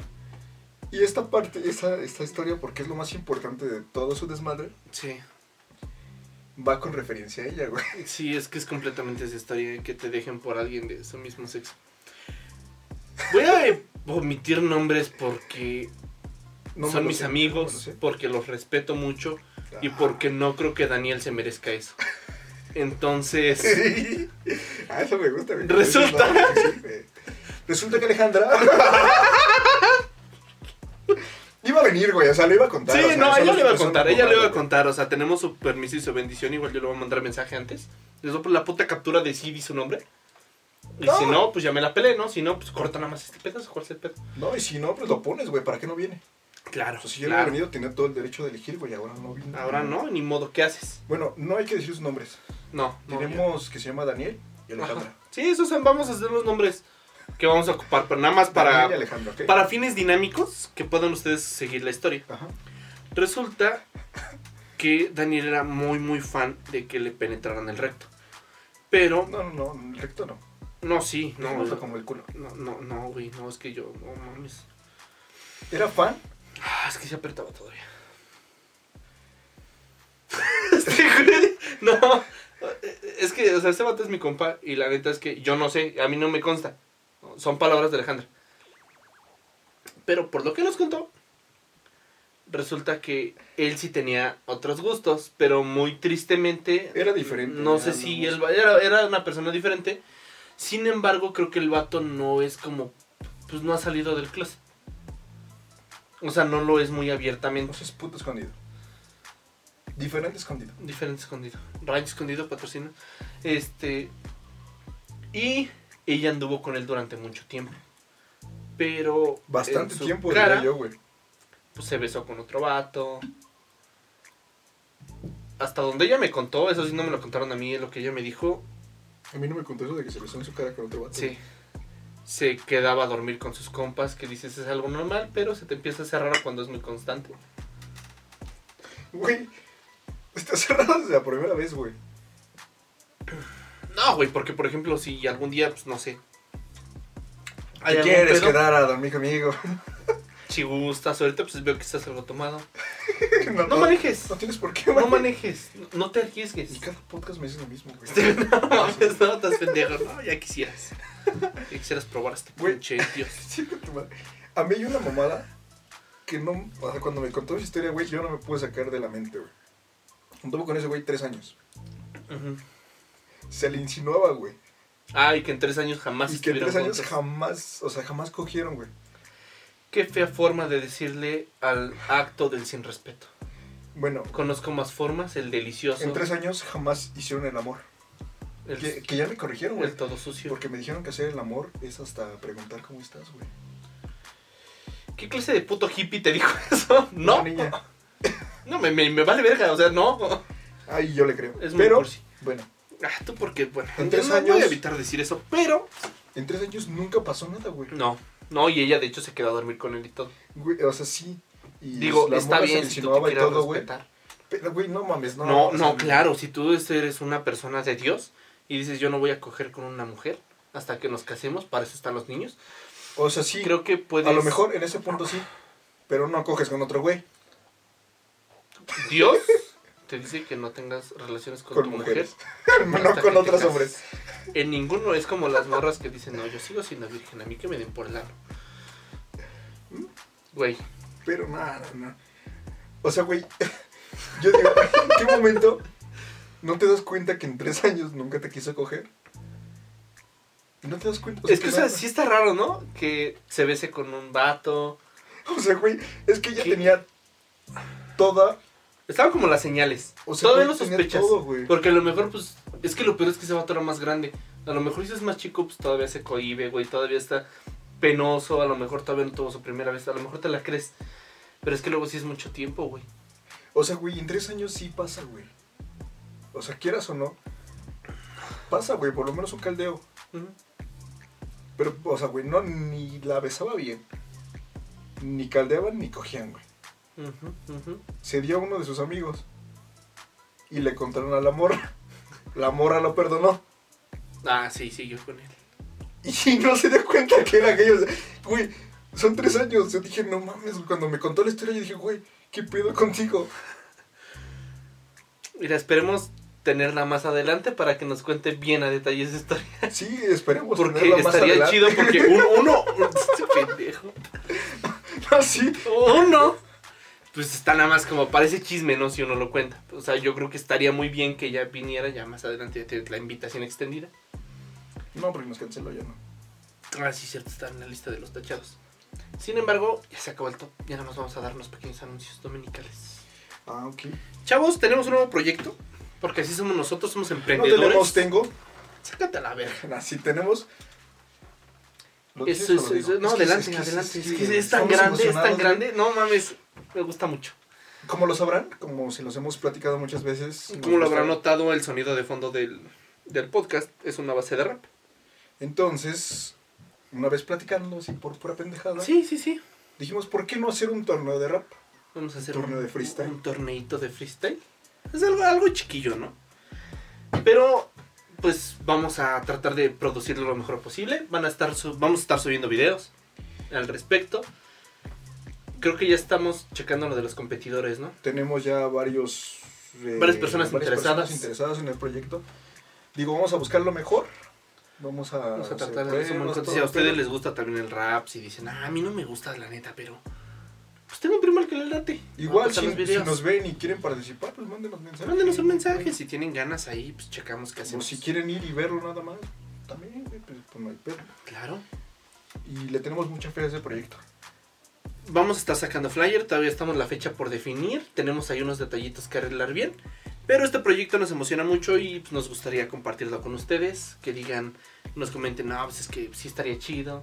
Speaker 2: Y esta parte, esa, esta historia, porque es lo más importante de todo su desmadre,
Speaker 5: Sí,
Speaker 2: va con referencia a ella, güey.
Speaker 5: sí, es que es completamente esa historia de que te dejen por alguien de su mismo sexo. Voy a eh, omitir nombres porque
Speaker 2: me
Speaker 5: son
Speaker 2: lo
Speaker 5: mis
Speaker 2: sé, Ah.
Speaker 5: amigos,
Speaker 2: no me
Speaker 5: porque los respeto mucho
Speaker 2: lo sé.
Speaker 5: y porque no creo que Daniel se merezca eso. Entonces...
Speaker 2: Ah, eso me gusta, güey.
Speaker 5: Resulta-
Speaker 2: Sí, güey. Resulta que Alejandra. iba a venir, güey, o sea, lo iba a contar. o
Speaker 5: Sí,
Speaker 2: sea,
Speaker 5: no,
Speaker 2: solo
Speaker 5: ella le
Speaker 2: se
Speaker 5: iba a
Speaker 2: puso
Speaker 5: contar,
Speaker 2: una
Speaker 5: ella le iba a
Speaker 2: mamada, güey.
Speaker 5: contar, o sea, tenemos su permiso y su bendición, igual yo le voy a mandar mensaje antes. Les doy la puta captura de Sid y su nombre. Y
Speaker 2: No.
Speaker 5: si no, pues ya me la pelé, ¿no? Si no, pues corta nada más este pedazo, ¿cuál es el pedo?
Speaker 2: No, y si no, pues lo pones, güey, ¿para qué no viene?
Speaker 5: Claro.
Speaker 2: O sea, si yo
Speaker 5: claro.
Speaker 2: hubiera venido, tenía todo el derecho de elegir, güey. Ahora no vino.
Speaker 5: Ahora no, ni modo, ¿qué haces?
Speaker 2: Bueno, no hay que decir sus nombres.
Speaker 5: No, no,
Speaker 2: Tenemos que se llama Daniel y
Speaker 5: ya.
Speaker 2: Alejandra.
Speaker 5: Ajá. Sí, esos son- vamos a hacer los nombres que vamos a ocupar, pero nada más para,
Speaker 2: Daniel y Alejandra, ¿ok?
Speaker 5: para fines dinámicos que puedan ustedes seguir la historia.
Speaker 2: Ajá.
Speaker 5: Resulta que Daniel era muy, muy fan de que le penetraran el recto. Pero,
Speaker 2: No, no, no, recto no.
Speaker 5: no, sí, no.
Speaker 2: No, como el culo.
Speaker 5: No, no, no, güey, no, es que yo, no mames.
Speaker 2: Era fan.
Speaker 5: Ah, es que se apretaba todavía. Este güey, no, es que, o sea, este vato es mi compa y la neta es que yo no sé, a mí no me consta. Son palabras de Alejandra. Pero por lo que nos contó, resulta que él sí tenía otros gustos, pero muy tristemente...
Speaker 2: Era diferente,
Speaker 5: No
Speaker 2: era
Speaker 5: sé
Speaker 2: no
Speaker 5: si
Speaker 2: gusto.
Speaker 5: él va- era, era una persona diferente. Sin embargo, creo que el vato no es como... Pues no ha salido del closet. O sea, no lo es muy abiertamente.
Speaker 2: No seas puto escondido. Diferente escondido.
Speaker 5: Diferente escondido. Rancho escondido patrocina. Este. Y ella anduvo con él durante mucho tiempo. Pero.
Speaker 2: Bastante
Speaker 5: en su
Speaker 2: tiempo,
Speaker 5: cara,
Speaker 2: diría yo, güey.
Speaker 5: Pues se besó con otro vato. Hasta donde ella me contó, eso sí no me lo contaron a mí, es lo que ella me dijo.
Speaker 2: A mí no me contó eso de que se besó en su cara con otro vato.
Speaker 5: Sí. Se quedaba a dormir con sus compas, que dices es algo normal, pero se te empieza a hacer raro cuando es muy constante.
Speaker 2: Güey, está cerrado desde la primera vez, güey.
Speaker 5: No, güey, porque por ejemplo, si algún día, pues no sé. hay
Speaker 2: ¿Te
Speaker 5: algún
Speaker 2: quieres
Speaker 5: pedo,
Speaker 2: quedar a dormir conmigo?
Speaker 5: Si gustas, ahorita pues veo que estás algo tomado.
Speaker 2: no,
Speaker 5: No manejes.
Speaker 2: No tienes por qué,
Speaker 5: No
Speaker 2: güey.
Speaker 5: manejes, no- no te arriesgues.
Speaker 2: Y cada podcast me dices lo mismo, güey.
Speaker 5: Este, no mames, no, estás pendejo. No, ya quisieras. Ya quisieras probar este
Speaker 2: Güey.
Speaker 5: pinche Dios.
Speaker 2: Chica tu madre. A mí hay una mamada que no. O sea, cuando me contó esa historia, güey, yo no me pude sacar de la mente, güey. Anduvo con ese güey tres años.
Speaker 5: Ujú.
Speaker 2: Se le insinuaba, güey.
Speaker 5: Ay, que en tres años jamás
Speaker 2: Y que en
Speaker 5: estuvieron
Speaker 2: tres años
Speaker 5: Ah, juntos.
Speaker 2: jamás, o sea, jamás cogieron, güey.
Speaker 5: Qué fea forma de decirle al acto del sin respeto.
Speaker 2: Bueno,
Speaker 5: Conozco más formas, el delicioso,
Speaker 2: en tres años jamás hicieron el amor.
Speaker 5: el,
Speaker 2: Que, que ya me corrigieron, güey.
Speaker 5: el todo sucio.
Speaker 2: Porque me dijeron que hacer el amor es hasta preguntar cómo estás, güey.
Speaker 5: ¿Qué clase de puto hippie te dijo eso? No,
Speaker 2: Una niña.
Speaker 5: no, me, me- me vale verga, o sea, no.
Speaker 2: Ay, yo le creo.
Speaker 5: Es muy
Speaker 2: pero,
Speaker 5: cursi.
Speaker 2: bueno,
Speaker 5: Ah, tú porque, bueno,
Speaker 2: En tres
Speaker 5: no voy a
Speaker 2: años-
Speaker 5: evitar decir eso, pero...
Speaker 2: en tres años nunca pasó nada, güey.
Speaker 5: No, no, y ella de hecho se quedó a dormir con él y todo.
Speaker 2: Güey, o sea, sí. Y
Speaker 5: Digo,
Speaker 2: la
Speaker 5: está
Speaker 2: morra
Speaker 5: bien
Speaker 2: Se
Speaker 5: si
Speaker 2: le
Speaker 5: tú
Speaker 2: insinuaba
Speaker 5: te
Speaker 2: y
Speaker 5: quieres
Speaker 2: todo, güey.
Speaker 5: respetar.
Speaker 2: Pero, güey, no mames, no.
Speaker 5: No,
Speaker 2: o sea,
Speaker 5: no, claro, si tú eres una persona de Dios y dices yo no voy a coger con una mujer hasta que nos casemos, para eso están los niños,
Speaker 2: O sea, sí.
Speaker 5: creo que puedes...
Speaker 2: A lo mejor en ese punto sí. Pero no coges con otro güey.
Speaker 5: Dios te dice que no tengas relaciones con,
Speaker 2: Con
Speaker 5: tu
Speaker 2: mujeres.
Speaker 5: mujer.
Speaker 2: no
Speaker 5: hasta que
Speaker 2: con
Speaker 5: te
Speaker 2: otros
Speaker 5: cases.
Speaker 2: hombres.
Speaker 5: En ninguno es como las morras que dicen, no, yo sigo siendo virgen, a mí que me den por el lado.
Speaker 2: ¿Mm?
Speaker 5: Güey,
Speaker 2: Pero nada, no. O sea, güey. Yo digo, ¿en qué momento no te das cuenta que en tres años nunca te quiso coger? No te das cuenta. O sea,
Speaker 5: es que o
Speaker 2: nada.
Speaker 5: sea, sí está raro, ¿no? Que se bese con un vato.
Speaker 2: O sea, güey, es que ella
Speaker 5: ¿Qué?
Speaker 2: tenía toda.
Speaker 5: Estaban como las señales.
Speaker 2: O sea,
Speaker 5: Todavía lo
Speaker 2: puede tener
Speaker 5: sospechas.
Speaker 2: todo, güey.
Speaker 5: porque a lo mejor, pues, es que lo peor es que ese vato era más grande. A lo mejor si es más chico, pues todavía se cohibe, güey. Todavía está penoso. A lo mejor todavía no tuvo su primera vez. A lo mejor te la crees. Pero es que luego sí es mucho tiempo, güey.
Speaker 2: O sea, güey, en tres años sí pasa, güey. O sea, quieras o no. Pasa, güey, por lo menos un caldeo.
Speaker 5: Ujú.
Speaker 2: Pero, o sea, güey, no, ni la besaba bien. Ni caldeaban ni cogían, güey.
Speaker 5: Ujú, ujú.
Speaker 2: Se dio a uno de sus amigos. Y le contaron a la morra. La morra lo perdonó.
Speaker 5: Ah, sí, siguió con él.
Speaker 2: Y no se dio cuenta que era aquellos. Güey, son tres años. Yo dije, no mames, güey, cuando me contó la historia, yo dije, güey, ¿qué pedo contigo?
Speaker 5: Mira, esperemos tenerla más adelante para que nos cuente bien a detalle esa historia.
Speaker 2: Sí, esperemos.
Speaker 5: Porque
Speaker 2: Pues tenerla más
Speaker 5: estaría
Speaker 2: adelante.
Speaker 5: chido porque uno... uno este pendejo.
Speaker 2: Ah, sí.
Speaker 5: Uno. Pues está nada más como parece chisme, ¿no? Si uno lo cuenta. O sea, yo creo que estaría muy bien que ella viniera ya más adelante ya tiene la invitación extendida.
Speaker 2: No, porque nos canceló ya, ¿no?
Speaker 5: Ah, sí, cierto, está en la lista de los tachados. Sin embargo, ya se acabó el top. Ya nada más vamos a dar unos pequeños anuncios dominicales.
Speaker 2: Ah, ok.
Speaker 5: Chavos, tenemos un nuevo proyecto. Porque así somos nosotros, somos
Speaker 2: No
Speaker 5: emprendedores.
Speaker 2: tenemos, tengo.
Speaker 5: Sácate a la verga.
Speaker 2: Así tenemos. ¿Lo dices
Speaker 5: Eso,
Speaker 2: o
Speaker 5: eso,
Speaker 2: lo digo?
Speaker 5: eso- No,
Speaker 2: es que-
Speaker 5: adelante,
Speaker 2: es que-
Speaker 5: adelante.
Speaker 2: es
Speaker 5: Es
Speaker 2: que
Speaker 5: que es tan
Speaker 2: estamos
Speaker 5: grande, es tan
Speaker 2: emocionados,
Speaker 5: grande. No mames, me gusta mucho.
Speaker 2: Como lo sabrán, como si los hemos platicado muchas veces.
Speaker 5: Como lo
Speaker 2: nos
Speaker 5: habrán
Speaker 2: gusta-
Speaker 5: notado, el sonido de fondo del, del podcast es una base de rap.
Speaker 2: Entonces, una vez platicando, así por pura pendejada,
Speaker 5: Sí, sí, sí.
Speaker 2: dijimos, ¿por qué no hacer un torneo de rap?
Speaker 5: Vamos a hacer
Speaker 2: Torneo de freestyle.
Speaker 5: Un torneito de freestyle. Es algo, algo chiquillo, ¿no? Pero, pues vamos a tratar de producirlo lo mejor posible. Van a estar su- vamos a estar subiendo videos al respecto. Creo que ya estamos checando lo de los competidores, ¿no?
Speaker 2: Tenemos ya varios... eh,
Speaker 5: Varias personas interesadas.
Speaker 2: personas interesadas en el proyecto. Digo, vamos a buscar lo mejor. Vamos a...
Speaker 5: Vamos a
Speaker 2: hacer
Speaker 5: tratar de hacer un
Speaker 2: pruebas,
Speaker 5: montón.
Speaker 2: Ah, todo,
Speaker 5: Si a ustedes
Speaker 2: pero-
Speaker 5: les gusta también el rap, si dicen, ah, a mí no me gusta la neta, pero. Pues tengo un primo al que le late.
Speaker 2: Igual,
Speaker 5: Vamos a
Speaker 2: si,
Speaker 5: los
Speaker 2: si
Speaker 5: videos.
Speaker 2: nos ven y quieren participar, pues mándenos mensajes.
Speaker 5: Mándenos un mensaje. Si tienen ganas ahí, pues checamos qué
Speaker 2: O
Speaker 5: hacemos.
Speaker 2: si quieren ir y verlo nada más, también, güey, pues, pues no hay pedo.
Speaker 5: Claro.
Speaker 2: Y le tenemos mucha fe a ese proyecto.
Speaker 5: Vamos a estar sacando flyer, todavía estamos la fecha por definir, tenemos ahí unos detallitos que arreglar bien, pero este proyecto nos emociona mucho y pues, nos gustaría compartirlo con ustedes, que digan, nos comenten, no, pues es que sí estaría chido,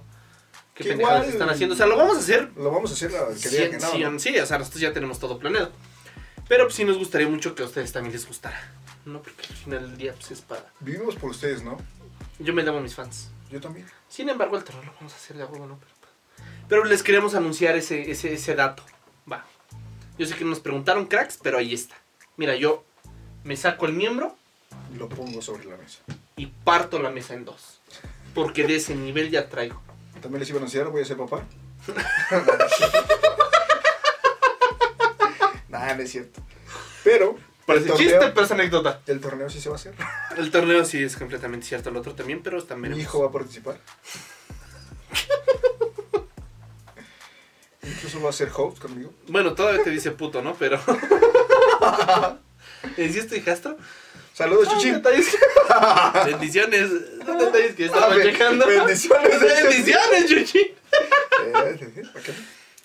Speaker 5: qué
Speaker 2: Que
Speaker 5: pendejadas
Speaker 2: igual-
Speaker 5: están haciendo, o sea, lo vamos a hacer
Speaker 2: Lo vamos a hacer la que diga
Speaker 5: cien-
Speaker 2: que no,
Speaker 5: cien-
Speaker 2: ¿no?
Speaker 5: sí, o sea, nosotros ya tenemos todo planeado, pero pues sí nos gustaría mucho que a ustedes también les gustara, ¿no? Porque al final del día pues es para...
Speaker 2: Vivimos por ustedes, ¿no?
Speaker 5: Yo me debo a mis fans.
Speaker 2: Yo también.
Speaker 5: Sin embargo, el terror lo vamos a hacer de algo, ¿no? Pero, pues, pero les queremos anunciar ese, ese, ese dato. Va. Yo sé que nos preguntaron cracks, pero ahí está. Mira, yo me saco el miembro
Speaker 2: Y lo pongo sobre la mesa.
Speaker 5: y parto la mesa en dos. Porque de ese nivel ya traigo.
Speaker 2: También les iba a anunciar, voy a ser papá. nah, no es cierto. Pero.
Speaker 5: Parece
Speaker 2: el torneo,
Speaker 5: chiste, pero es anécdota.
Speaker 2: El torneo sí se va a hacer.
Speaker 5: El torneo sí es completamente cierto, el otro también, pero también.
Speaker 2: Mi hijo va a participar. Incluso va a ser host conmigo.
Speaker 5: Bueno, todavía te dice puto, ¿no? Pero. ¿Es esto hijastro?
Speaker 2: Saludos,
Speaker 5: Son
Speaker 2: Pues, Chuchín.
Speaker 5: detalles que- Bendiciones. Son detalles que estaba
Speaker 2: Ben-
Speaker 5: checando.
Speaker 2: bendiciones.
Speaker 5: Bendiciones, Chuchi.
Speaker 2: Eh, ¿para qué?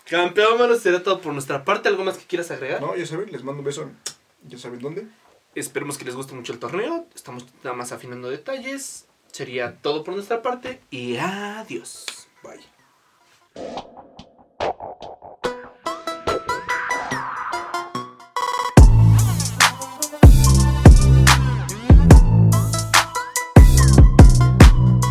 Speaker 5: Campeón, bueno, será todo por nuestra parte. ¿Algo más que quieras agregar?
Speaker 2: No, ya saben, les mando un beso. Ya saben dónde.
Speaker 5: Esperemos que les guste mucho el torneo. Estamos nada más afinando detalles. Sería todo por nuestra parte y adiós.
Speaker 2: Bye.